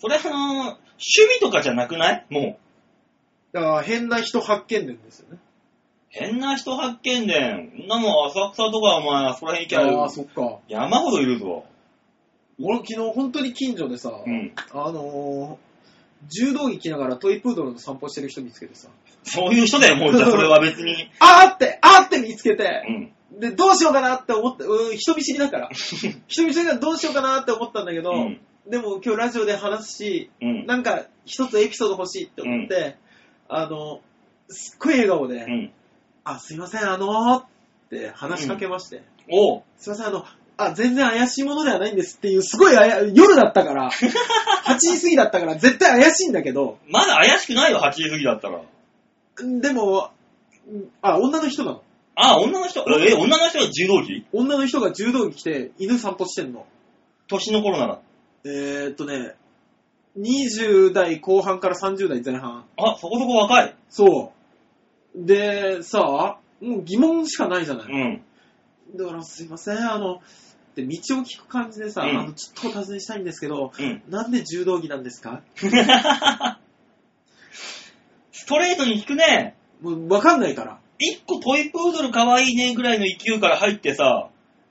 Speaker 1: それは、あのー趣味とかじゃなくないもう。
Speaker 2: だから変な人発見伝ですよね。
Speaker 1: 変な人発見で、んなもん浅草とかお前、あそこら辺行きゃ
Speaker 2: あー、そっか。
Speaker 1: 山ほどいるぞ。
Speaker 2: 俺昨日本当に近所でさ、
Speaker 1: うん。
Speaker 2: あのー、柔道着着ながらトイプードルの散歩してる人見つけてさ、
Speaker 1: そういう人だよ、もう、じゃあそれは別
Speaker 2: <laughs>
Speaker 1: に。
Speaker 2: あーって、あーって見つけて、
Speaker 1: うん。
Speaker 2: で、どうしようかなって思って、うん、人見知りだ <laughs> から。人見知りだからどうしようかなって思ったんだけど、
Speaker 1: うん。
Speaker 2: でも今日ラジオで話すし、
Speaker 1: うん。
Speaker 2: なんか一つエピソード欲しいって思って、あの、すっごい笑顔で、
Speaker 1: うん。
Speaker 2: あ、すいません、あのー、って話しかけまして、
Speaker 1: おう。
Speaker 2: すいません、あの、あ、全然怪しいものではないんですっていう、すごいあや夜だった <laughs> から、8時過ぎだったから絶対怪しいんだけど、
Speaker 1: まだ怪しくないよ、8時過ぎだったら。
Speaker 2: でも、うんあ、女の人なの。
Speaker 1: あ、女の人、え、女の人が柔道着
Speaker 2: 女の人が柔道着着て犬散歩してんの。
Speaker 1: 年の頃なら。
Speaker 2: えー、っとね、20代後半から30代前半。
Speaker 1: あ、そこそこ若い。
Speaker 2: そう。で、さあ、もう疑問しかないじゃな
Speaker 1: う
Speaker 2: い。
Speaker 1: ん。
Speaker 2: だからすいません、あの、で道を聞く感じでさ、
Speaker 1: うん
Speaker 2: あの、ちょっとお尋ねしたいんですけど、
Speaker 1: うん。 <laughs>
Speaker 2: なんで柔道着なんですか
Speaker 1: ストレートに引くね。
Speaker 2: もうわかんないから。
Speaker 1: 一個トイプードル可愛いねぐらいの勢いから入ってさ、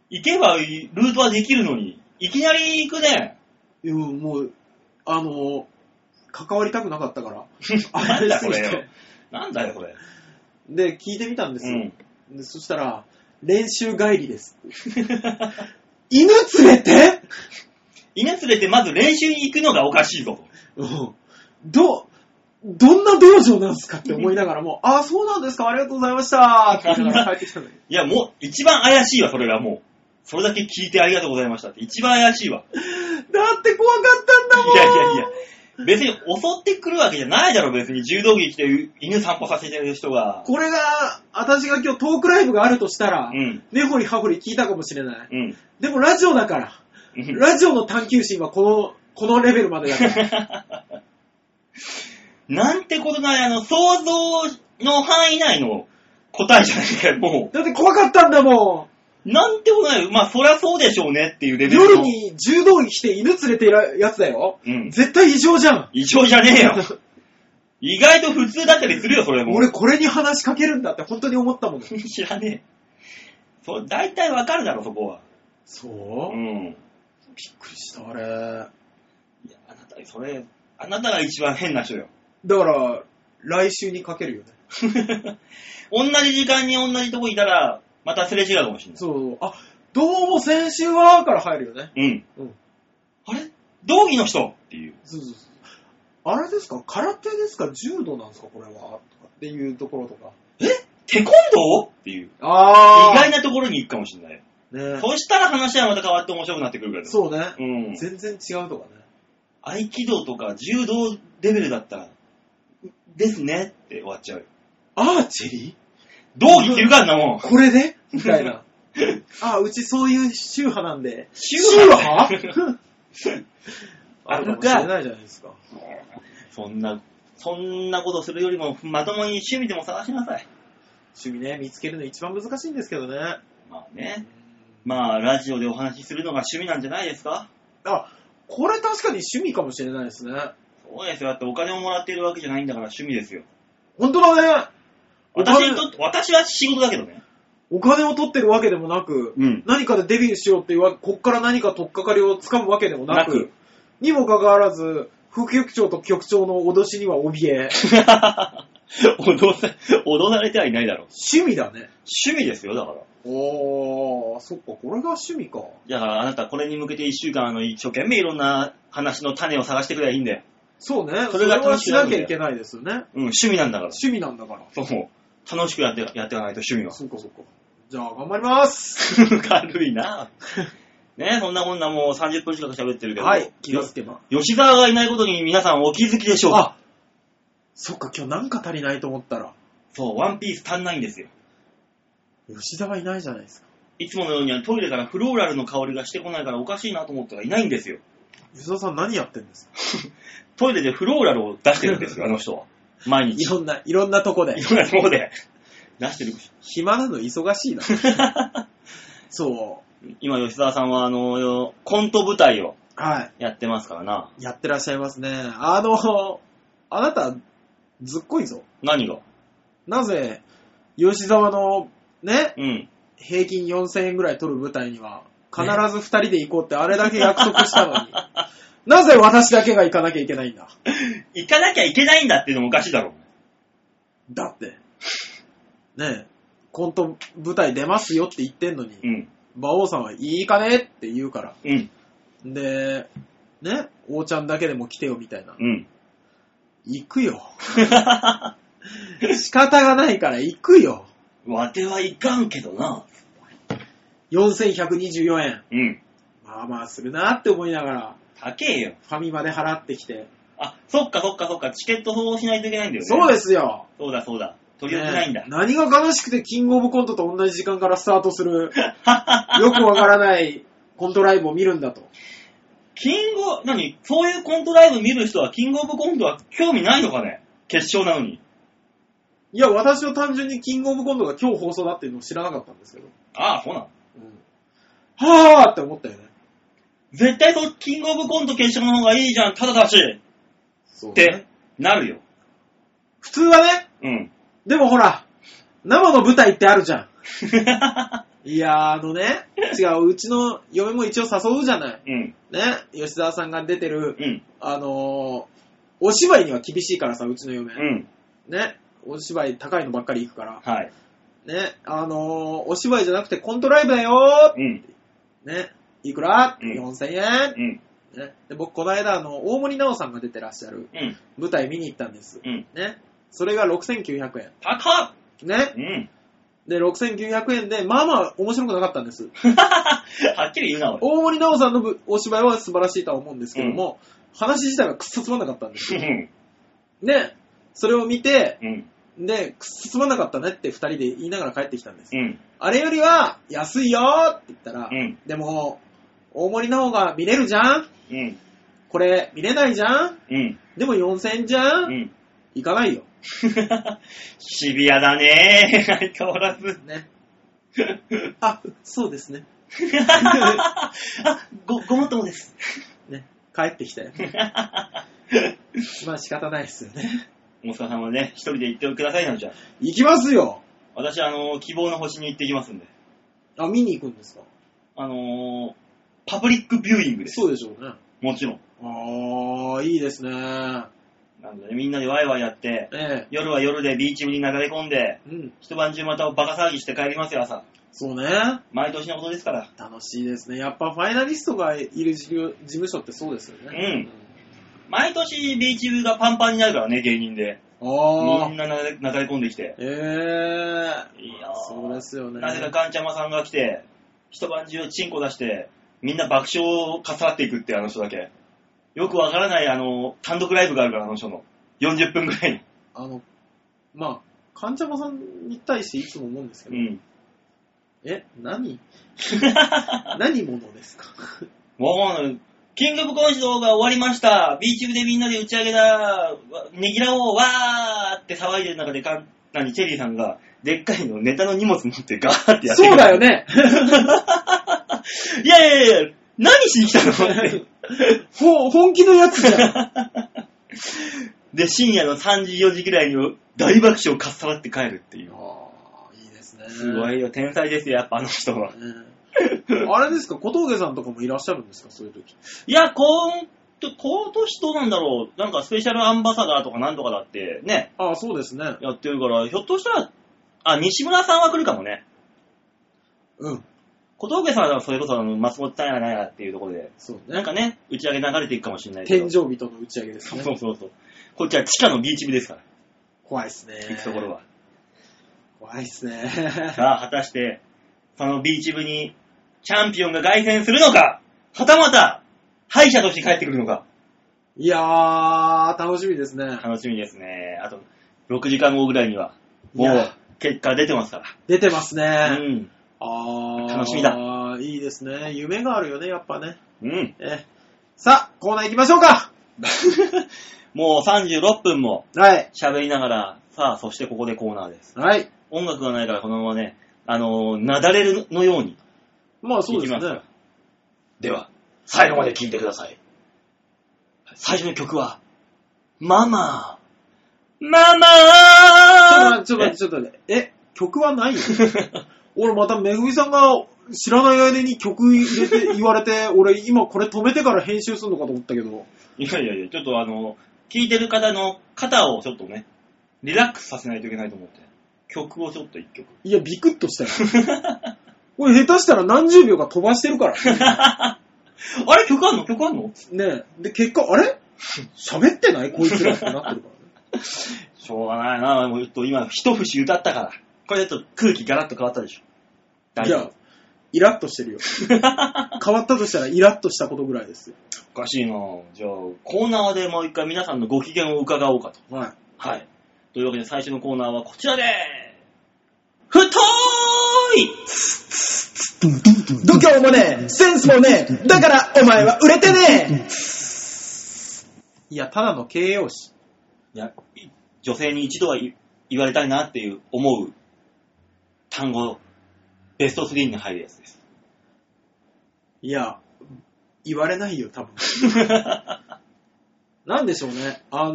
Speaker 1: 行けばいルートはできるのに、いきなり行くね。
Speaker 2: いやもう、あの、関わりたくなかったから。
Speaker 1: なん
Speaker 2: <laughs>
Speaker 1: だ
Speaker 2: あ
Speaker 1: こ
Speaker 2: れす
Speaker 1: れ
Speaker 2: ぎ
Speaker 1: よ
Speaker 2: て。。
Speaker 1: <laughs> なんだよこれ。
Speaker 2: で、聞いてみたんです
Speaker 1: う
Speaker 2: よ。
Speaker 1: ん。
Speaker 2: でそしたら、練習帰りです。犬連れて
Speaker 1: 犬連れてまず練習に行くのがおかしいぞ。
Speaker 2: うんど、どんな道場なんすかって思いながらも、ああ、そうなんですか、ありがとうございましたって言いながら帰ってきたんだけど。
Speaker 1: いやもう一番怪しいわ、それがもう。それだけ聞いてありがとうございましたって一番怪しいわ。
Speaker 2: だって怖かったんだもん
Speaker 1: いやいやいや。別に襲ってくるわけじゃないだろ、別に。柔道着着て犬散歩させてる人が。
Speaker 2: これが、私が今日トークライブがあるとしたら
Speaker 1: う、ん。
Speaker 2: 根掘り葉掘り聞いたかもしれない。
Speaker 1: うん。
Speaker 2: でもラジオだから、
Speaker 1: うん
Speaker 2: ラジオの探求心はこの、このレベルまでだから。
Speaker 1: なんてことない、あの、想像の範囲内の答えじゃないかよ、も
Speaker 2: だって怖かったんだも
Speaker 1: う。なんてことないよ、まあ、そりゃそうでしょうねっていうレ
Speaker 2: ん
Speaker 1: ベルの。
Speaker 2: 夜に柔道着着て犬連れてるやつだよ。
Speaker 1: うん。
Speaker 2: 絶対異常じゃん。
Speaker 1: 異常じゃねえよ。意外と普通だったりするよ、それも。
Speaker 2: 俺これに話しかけるんだって本当に思ったもん。
Speaker 1: 知らねえ。そう、大体わかるだろ、そこは。。
Speaker 2: そううんびっくりした、あれ。
Speaker 1: いや、あなた、それ、あなたが一番変な人よ。 <laughs>
Speaker 2: だから、来週にかけるよね。
Speaker 1: 同じ時間に同じとこいたら、またすれ違うかもしれない。
Speaker 2: そう。あ、どうも先週はから入るよね。
Speaker 1: うん。
Speaker 2: うん
Speaker 1: あれ道義の人っていう。
Speaker 2: そうそうそう。あれですか空手ですか柔道なんですかこれはとかっていうところとか。
Speaker 1: テコンドーっていう。意
Speaker 2: あ
Speaker 1: 外
Speaker 2: 意
Speaker 1: なところに行くかもしれない。
Speaker 2: ね
Speaker 1: そしたら話はまた変わって面白くなってくるけど。
Speaker 2: そうね。
Speaker 1: うん。
Speaker 2: 全然違うとかね。
Speaker 1: 合気道とか柔道レベルだったら、ですねって終わっちゃうよ。
Speaker 2: アーチェリ
Speaker 1: どう生きるかんなもん。
Speaker 2: ーこれでみたい <laughs> な。あ、うちそういう宗派なんで。
Speaker 1: 宗
Speaker 2: 派 <laughs> あるかもしれないじゃないですか。
Speaker 1: そんな、そんなことするよりも、まともに趣味でも探しなさい。
Speaker 2: 趣味ね、見つけるの一番難しいんですけどね。
Speaker 1: まあね。まあ、ラジオでお話しするのが趣味なんじゃないですか
Speaker 2: あ、これ確かに趣味かもしれないですね。
Speaker 1: そうですよ。だってお金をもらっているわけじゃないんだから趣味ですよ。
Speaker 2: 本当だね。お
Speaker 1: 私に
Speaker 2: 金
Speaker 1: とって、私は仕事だけどね。
Speaker 2: お金を取ってるわけでもなく、
Speaker 1: <laughs> うん。
Speaker 2: 何かでデビューしようっていうわこっから何か取っかかりをつかむわけでもなく、
Speaker 1: なく
Speaker 2: にもかかわらず、副局長と局長の脅しには怯え、
Speaker 1: 踊さ、踊られてはいないだろう。
Speaker 2: 趣味だね。
Speaker 1: 趣味ですよ、だから。
Speaker 2: おー、そっか、これが趣味か。
Speaker 1: だからあなたこれに向けて一週間あの一生懸命いろんな話の種を探してくればいいんだよ。
Speaker 2: そうね。
Speaker 1: それ
Speaker 2: それは
Speaker 1: が楽し
Speaker 2: し
Speaker 1: みな
Speaker 2: なん
Speaker 1: だよ
Speaker 2: きゃいけないですよね。
Speaker 1: うん、趣味なんだから。
Speaker 2: 趣味なんだから。
Speaker 1: そう。楽しくやって、やっていかないと趣味は。
Speaker 2: そっかそっか。じゃあ、頑張ります。
Speaker 1: <laughs> 軽いな。ねそんなこんなもう30分近く喋ってるけど。
Speaker 2: はい、気がつけば。
Speaker 1: 吉沢がいないことに皆さんお気づきでしょうか
Speaker 2: あ、そっか、今日なんか足りないと思ったら、
Speaker 1: そう、ワンピース足んないんですよ。
Speaker 2: 吉田はいないじゃないですか。
Speaker 1: いつものようにはトイレからフローラルの香りがしてこないからおかしいなと思ったらいないんですよ。
Speaker 2: 吉田さん何やってんですか
Speaker 1: トイレでフローラルを出してる
Speaker 2: <laughs>
Speaker 1: んですよ、あの人は。毎
Speaker 2: い
Speaker 1: 日。
Speaker 2: ろんな、いろんなとこで
Speaker 1: い。ろんなとこで出してる。
Speaker 2: 暇なの忙しいな。 <laughs> そ
Speaker 1: 今、吉沢さんは、あの、コント舞台を
Speaker 2: う。は
Speaker 1: やってますからな。
Speaker 2: い。やってらっしゃいますね。あの、あなた、ずっこいぞ。
Speaker 1: 何が
Speaker 2: なぜ、吉沢の、ね、
Speaker 1: うん。
Speaker 2: 平均4000円ぐらい取る舞台には、必ず二人で行こうってあれだけ約束したのに、なぜ私だけが行かなきゃいけないんだ。
Speaker 1: 行かなきゃいけないんだっていうのもおかしいだろ。
Speaker 2: だって、ねえ、コント舞台出ますよって言ってんのに
Speaker 1: う、ん。
Speaker 2: 馬王さんは行かねえって言うから、
Speaker 1: うん。
Speaker 2: で、ね、王ちゃんだけでも来てよみたいな。
Speaker 1: うん。
Speaker 2: 行くよ。仕方がないから行くよ。
Speaker 1: わてはいかんけどな。
Speaker 2: 4124円。
Speaker 1: うん。
Speaker 2: まあまあするなって思いながら、
Speaker 1: 高えよ。
Speaker 2: ファミマで払ってきて。
Speaker 1: あ、そっかそっかそっか。チケットをしないといけないんだよね。
Speaker 2: そうですよ。
Speaker 1: そうだそうだ。取り寄せないんだ。
Speaker 2: ね何が悲しくてキングオブコントと同じ時間からスタートす
Speaker 1: <laughs>
Speaker 2: る、よくわからないコントライブを見るんだと。
Speaker 1: キングオ、何そういうコントライブ見る人は、キングオブコントは興味ないのかね決勝なのに。
Speaker 2: いや、私は単純にキングオブコントが今日放送だっていうのを知らなかったんですけど。
Speaker 1: ああ、そうなの。
Speaker 2: うんはぁーって思ったよね。
Speaker 1: 絶対そう、キングオブコント決勝の方がいいじゃん。ただだし。
Speaker 2: そう
Speaker 1: っ
Speaker 2: ね
Speaker 1: て、なるよ。
Speaker 2: 普通はね、
Speaker 1: <laughs> うん。
Speaker 2: でもほら、生の舞台ってあるじゃん。いやー、あのね、違う、うちの嫁も一応誘うじゃない。
Speaker 1: うん。
Speaker 2: ね、吉沢さんが出てる、
Speaker 1: うん。
Speaker 2: あのー、お芝居には厳しいからさ、うちの嫁。
Speaker 1: うん。
Speaker 2: ね、お芝居高いのばっかり行くから。
Speaker 1: はい。
Speaker 2: ね、あのー、お芝居じゃなくてコントライブだよ
Speaker 1: うん。
Speaker 2: ーね、いくら、
Speaker 1: うん
Speaker 2: ?4000 円、
Speaker 1: うん。
Speaker 2: ね、で僕、この間、あの、大森奈緒さんが出てらっしゃる
Speaker 1: うん。
Speaker 2: 舞台見に行ったんです。
Speaker 1: うん。
Speaker 2: ね、それが6900円。
Speaker 1: 高っ
Speaker 2: ね、
Speaker 1: うん。
Speaker 2: で、6900円で、まあまあ面白くなかったん
Speaker 1: <laughs>
Speaker 2: です。
Speaker 1: <laughs> はっきり言うな、俺。
Speaker 2: 大森奈緒さんのぶお芝居は素晴らしいとは思うんですけども、話自体がくっそつまんなかったんですよ。で、それを見て、
Speaker 1: うん。
Speaker 2: で、くっそつまんなかったねって二人で言いながら帰ってきたんです。
Speaker 1: うん。
Speaker 2: あれよりは、安いよーって言ったら、
Speaker 1: うん。
Speaker 2: でも、大森奈緒が見れるじゃん
Speaker 1: うん。
Speaker 2: これ、見れないじゃん
Speaker 1: うん。
Speaker 2: でも4000円じゃ、
Speaker 1: うんん。
Speaker 2: 行かないよ。
Speaker 1: <laughs> シビアだね <laughs> 相変わらず。
Speaker 2: <laughs> ね。あ、そうですね。
Speaker 1: あ、ご、ごもっともです。
Speaker 2: ね。帰ってきた <laughs> よ。まあ仕方ないですよね。
Speaker 1: 大塚さんはね、一人で行ってくださいなんじゃ。
Speaker 2: 行きますよ
Speaker 1: 私、あの、希望の星に行ってきますんで。
Speaker 2: あ、見に行くんですか
Speaker 1: あのー、パブリックビューイングです。
Speaker 2: そうでしょうね。
Speaker 1: もちろん。
Speaker 2: ああ、いいですね。
Speaker 1: なんでね、みんなでワイワイやって、
Speaker 2: ええ。
Speaker 1: 夜は夜でビーチ部に流れ込んで、
Speaker 2: うん。
Speaker 1: 一晩中またバカ騒ぎして帰りますよ、朝。
Speaker 2: そうね。
Speaker 1: 毎年のことですから。
Speaker 2: 楽しいですね。やっぱファイナリストがいる事業事務所ってそうですよね。
Speaker 1: 毎年ビーチ部がパンパンになるからね、芸人で。
Speaker 2: うん。ああ
Speaker 1: みん。な流れ流れ込んできて。
Speaker 2: ええ
Speaker 1: いいよー
Speaker 2: そうですよね。
Speaker 1: なぜかガンちゃまさんが来て、一晩中チンコ出して、みんな爆笑をかさっていくってあの人だけ。よくわからない、あの、単独ライブがあるから、あの人の。40分ぐらい
Speaker 2: あの、まあ、かんちゃまさんに対していつも思うんですけど、
Speaker 1: に。うん。
Speaker 2: え、
Speaker 1: <laughs>
Speaker 2: 何何者ですか
Speaker 1: もう、キングオブコンシドが終わりました。ビーチ部でみんなで打ち上げだ。わねぎらおう。わーって騒いでる中で、かん何、チェリーさんが、でっかいのネタの荷物持ってガーってやって
Speaker 2: そ
Speaker 1: く
Speaker 2: う
Speaker 1: る
Speaker 2: だよね
Speaker 1: いやいやいや、何しに来たのって
Speaker 2: ほ本気のや
Speaker 1: <laughs>
Speaker 2: つじゃん。
Speaker 1: で、深夜の3時、4時ぐらいに大爆笑をかっさらって帰るっていう。
Speaker 2: あーいいですね。
Speaker 1: すご
Speaker 2: ね。
Speaker 1: いよ、天才ですよ、やっぱあの人は。
Speaker 2: あれですか、小峠さんとかもいらっしゃるんですか、そういう時。
Speaker 1: いや、こん、今年どうなんだろう。なんかスペシャルアンバサダーとかなんとかだってね、
Speaker 2: ああ、そうですね。
Speaker 1: やってるから、ひょっとしたら、あ、西村さんは来るかもね。
Speaker 2: うん。
Speaker 1: 小峠さんはそれこそあの松本さんやないやっていうところで、
Speaker 2: そう
Speaker 1: なん
Speaker 2: ね。
Speaker 1: かね、打ち上げ流れていくかもしれないけど。
Speaker 2: 天井人の打ち上げです
Speaker 1: そう
Speaker 2: ね。
Speaker 1: そうそうそう。こっちは地下のビーチ部ですから、
Speaker 2: 怖いですね。
Speaker 1: 行くところは。
Speaker 2: 怖いですね。 <laughs>
Speaker 1: さあ、果たして、そのビーチ部にチャンピオンが凱旋するのか、はたまた、敗者として帰ってくるのか、
Speaker 2: いやー、楽しみですね。
Speaker 1: 楽しみですね。あと、6時間後ぐらいには、
Speaker 2: い
Speaker 1: も
Speaker 2: や
Speaker 1: う、結果出てますか
Speaker 2: 出てます
Speaker 1: ら。
Speaker 2: ね。
Speaker 1: うん。
Speaker 2: あー。
Speaker 1: 楽しみだ
Speaker 2: いいですね。夢があるよね、やっぱね。
Speaker 1: うん。
Speaker 2: えさあ、コーナー行きましょう
Speaker 1: <laughs>
Speaker 2: か
Speaker 1: もう36分も
Speaker 2: はい。
Speaker 1: 喋りながら、さあ、そしてここでコーナーです。
Speaker 2: はい。
Speaker 1: 音楽がないからこのままね、あのー、なだれるのように。
Speaker 2: まあそうです
Speaker 1: 行きます
Speaker 2: ね。
Speaker 1: では、最後まで聴いてください。最初の曲は、ママママー
Speaker 2: ちょっと待って、ちょっと待って、ちょっと待って。え、曲はないよ
Speaker 1: <laughs>
Speaker 2: 俺まためぐみさんが知らない間に曲入れて、言われて、俺今これ止めてから編集するのかと思ったけど。
Speaker 1: いやいやいや、ちょっとあの、聴いてる方の肩をちょっとね、リラックスさせないといけないと思って、曲をちょっと一曲。
Speaker 2: いや、ビクッとしたよ。
Speaker 1: <laughs>
Speaker 2: これ下手したら何十秒か飛ばしてるから。
Speaker 1: あれ曲あんの曲あんの
Speaker 2: ねえ。で、結果、あれ喋ってないこいつらってなってるからね。
Speaker 1: しょうがないな、もうちょっと今、一節歌ったから。これちょっと空気ガラッと変わったでしょ。大
Speaker 2: い
Speaker 1: 丈
Speaker 2: や
Speaker 1: 夫。、
Speaker 2: イラッとして <laughs> るよ。変わったとしたらイラッとしたことぐらいですよ。
Speaker 1: おかしいなじゃあ、コーナーでもう一回皆さんのご機嫌を伺おうかと。
Speaker 2: はい。
Speaker 1: はい。というわけで最初のコーナーはこちらでふとーい
Speaker 2: 度胸もねえ、センスもねえ、だからお前は売れてねえいや、ただの形容詞。
Speaker 1: いや、い女性に一度は言言われたいなっていう思う単語、ベスト3に入るやつです。
Speaker 2: いや、言われないよ、多分。なんでしょうね。あの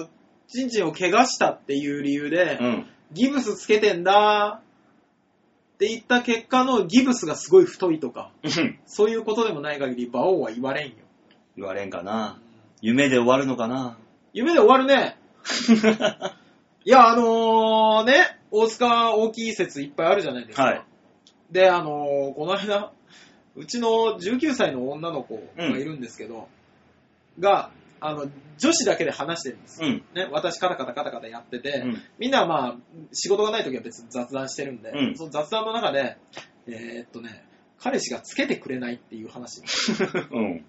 Speaker 2: ー、ちんちんを怪我したっていう理由で、
Speaker 1: うん。
Speaker 2: ギブスつけてんだって言った結果のギブスがすごい太いとか、
Speaker 1: うん
Speaker 2: そういうことでもない限り、馬王は言われんよ。
Speaker 1: 言われんかな夢で終わるのかな
Speaker 2: 夢で終わるね。いや、あのー、ね、大塚大きい説いっぱいあるじゃないですか。
Speaker 1: はい。
Speaker 2: で、あのー、この間、うちの19歳の女の子がいるんですけど、が、あの、女子だけで話してるんですよ。
Speaker 1: うん。
Speaker 2: ね、私カタカタカタカタやってて、
Speaker 1: うん。
Speaker 2: みんなはまあ、仕事がない時は別に雑談してるんで、
Speaker 1: うん
Speaker 2: その雑談の中で、えーっとね、彼氏がつけてくれないっていう話。
Speaker 1: うん。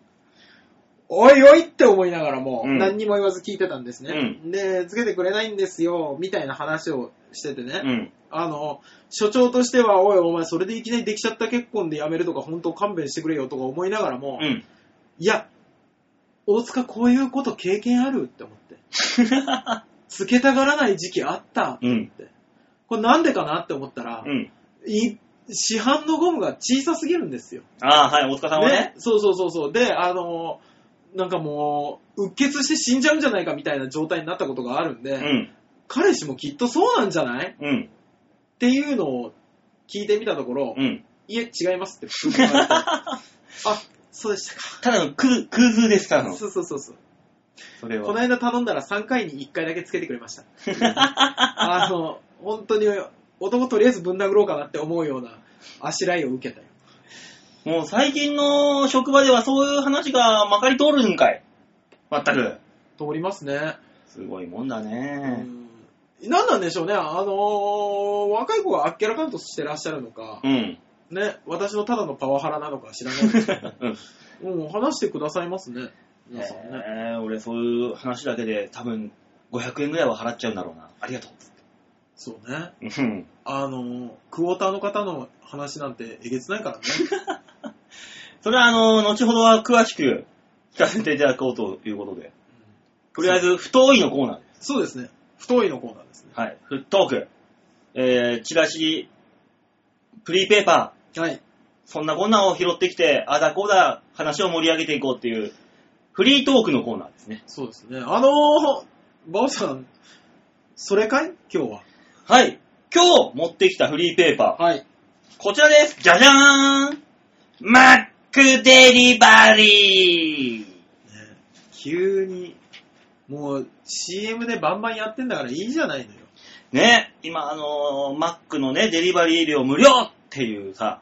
Speaker 2: おいおいって思いながらも、
Speaker 1: うん
Speaker 2: 何にも言わず聞いてたんですね。
Speaker 1: う
Speaker 2: で、つけてくれないんですよ、みたいな話をしててね、
Speaker 1: うん。
Speaker 2: あの、所長としては、おいお前それでいきなりできちゃった結婚でやめるとか、本当勘弁してくれよとか思いながらも、
Speaker 1: うん。
Speaker 2: いや、大塚こういうこと経験あるって思
Speaker 1: <laughs>
Speaker 2: って。つけたがらない時期あった。
Speaker 1: うん。
Speaker 2: これなんでかなって思ったら、
Speaker 1: うん。
Speaker 2: い市販のゴムが小さすぎるんですよ。
Speaker 1: ああ、はい、大塚さんはね。
Speaker 2: そうそうそうそう。で、あのーなんかもう、うっ血して死んじゃうんじゃないかみたいな状態になったことがあるんで、
Speaker 1: うん。
Speaker 2: 彼氏もきっとそうなんじゃない
Speaker 1: うん。
Speaker 2: っていうのを聞いてみたところ、
Speaker 1: うん。
Speaker 2: いえ、違いますって普通に言わ
Speaker 1: <laughs>
Speaker 2: れて。あ、そうでしたか。
Speaker 1: ただの空空図ですからの。
Speaker 2: そうそうそうそう。
Speaker 1: それ
Speaker 2: この間頼んだら3回に1回だけつけてくれま
Speaker 1: <laughs>
Speaker 2: した。あの、本当に男とりあえずぶん殴ろうかなって思うようなあしらいを受けたよ。
Speaker 1: もう最近の職場ではそういう話がまかり通るんかい。まったく。
Speaker 2: 通りますね。
Speaker 1: すごいもんだ
Speaker 2: う
Speaker 1: ね。
Speaker 2: んなんなんでしょうね、あのー若い子があっけらかんとしてらっしゃるのか、
Speaker 1: うん。
Speaker 2: ね、私のただのパワハラなのか知らない
Speaker 1: <laughs>
Speaker 2: ですけ
Speaker 1: うん
Speaker 2: ど、もう話してくださいますね、皆さんね。
Speaker 1: えー、俺そういう話だけで多分500円ぐらいは払っちゃうんだろうな。ありがと
Speaker 2: そうね。
Speaker 1: う。うん。
Speaker 2: あのークォーターの方の話なんてえげつないからね。
Speaker 1: それはあの、後ほどは詳しく聞かせていただこうということで。とりあえず、太いのコーナーです。
Speaker 2: そうですね。太いのコーナーですね。
Speaker 1: はい。フットーク。えー、チラシ、プリーペーパー、
Speaker 2: はい。
Speaker 1: そんなこんなを拾ってきて、あだこうだ話を盛り上げていこうっていう、フリートークのコーナーですね。
Speaker 2: そうですね。あのー、バオさん、それかい今日は。
Speaker 1: はい。今日持ってきたフリーペーパー、
Speaker 2: はい。
Speaker 1: こちらです。じゃじゃーんマックデリバリー
Speaker 2: ね、急に、もう CM でバンバンやってんだからいいじゃないのよ。
Speaker 1: ね、今あのーマックのね、デリバリー料無料っていうさ、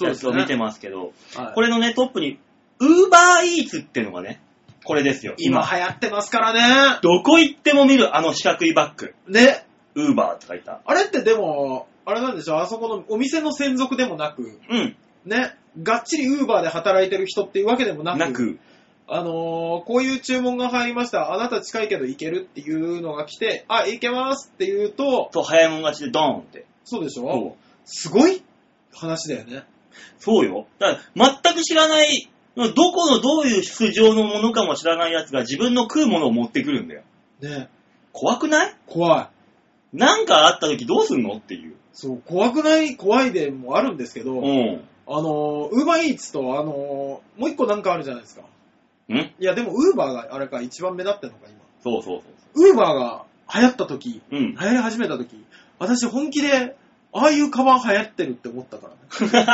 Speaker 1: やつを見て
Speaker 2: も、
Speaker 1: ますけど、
Speaker 2: はい
Speaker 1: これのね、トップに、ウーバーイーツってのがね、これですよ。
Speaker 2: 今流行ってますからね。
Speaker 1: どこ行っても見るあの四角いバッグ。
Speaker 2: ね。
Speaker 1: ウーバーとか言った。
Speaker 2: あれってでも、あれなんでしょあそこのお店の専属でもなく、
Speaker 1: うん。
Speaker 2: ね。がっちりウーバーで働いてる人っていうわけでもなく、
Speaker 1: なく。
Speaker 2: あのーこういう注文が入りました。あなた近いけど行けるっていうのが来て、あ、行けますって言うと、
Speaker 1: と、早いもん勝ちでドーンって。
Speaker 2: そうでしょ
Speaker 1: そう。
Speaker 2: すごい話だよね。
Speaker 1: そうよ。だから、全く知らない、どこのどういう出場のものかも知らない奴が自分の食うものを持ってくるんだよ。
Speaker 2: ね。
Speaker 1: 怖くない
Speaker 2: 怖い。
Speaker 1: なんかあった時どうすんのっていう。
Speaker 2: そう、怖くない怖いでもあるんですけど、
Speaker 1: うん。
Speaker 2: あのー、ウーバーイーツと、あのーもう一個なんかあるじゃないですか。
Speaker 1: ん
Speaker 2: いや、でもウーバーがあれか一番目立ってるのか、今。
Speaker 1: そうそうそう
Speaker 2: ウーバーが流行った時、
Speaker 1: そう。うん <laughs>
Speaker 2: 流。行り始めた時、私本気で、ああいうカバン流行ってるって思ったからね。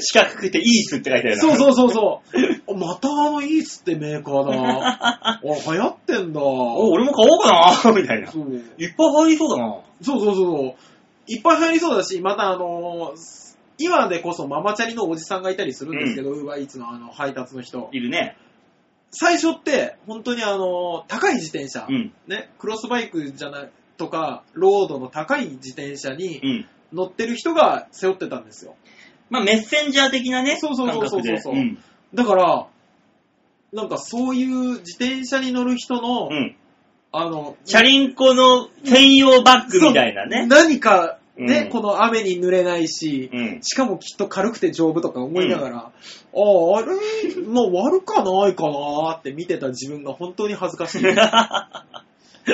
Speaker 1: 四角くてイースって書いてあるな
Speaker 2: そうそうそう
Speaker 1: <laughs>
Speaker 2: そう。あまたあのイーツってメーカーだ。あ、流行ってんだ。
Speaker 1: お俺も買おうかなみたいな。
Speaker 2: そう
Speaker 1: いっぱい入りそうだな。
Speaker 2: そうそうそう。いっぱい入りそうだし、またあのー今でこそママチャリのおじさんがいたりするんですけど、ウーバーイーツのあの配達の人。
Speaker 1: いるね。
Speaker 2: 最初って、本当にあのー高い自転車、
Speaker 1: うん。
Speaker 2: ね、クロスバイクじゃない、とか、ロードの高い自転車
Speaker 1: う
Speaker 2: に
Speaker 1: ん。
Speaker 2: 乗ってる人が背負ってたんですよ。
Speaker 1: まあ、メッセンジャー的なね。
Speaker 2: そうそうそうそうそうそう
Speaker 1: 感覚で
Speaker 2: だから、なんかそういう自転車に乗る人の、
Speaker 1: うん。うん。
Speaker 2: あの、
Speaker 1: チャリンコの専用バッグみたいなね。
Speaker 2: 何かね、
Speaker 1: うん
Speaker 2: この雨に濡れないし、
Speaker 1: うん。 <laughs>
Speaker 2: しかもきっと軽くて丈夫とか思いながら、ああ、あれ、まあ悪かないかなって見てた自分が本当に恥ずか
Speaker 1: <laughs>
Speaker 2: しい。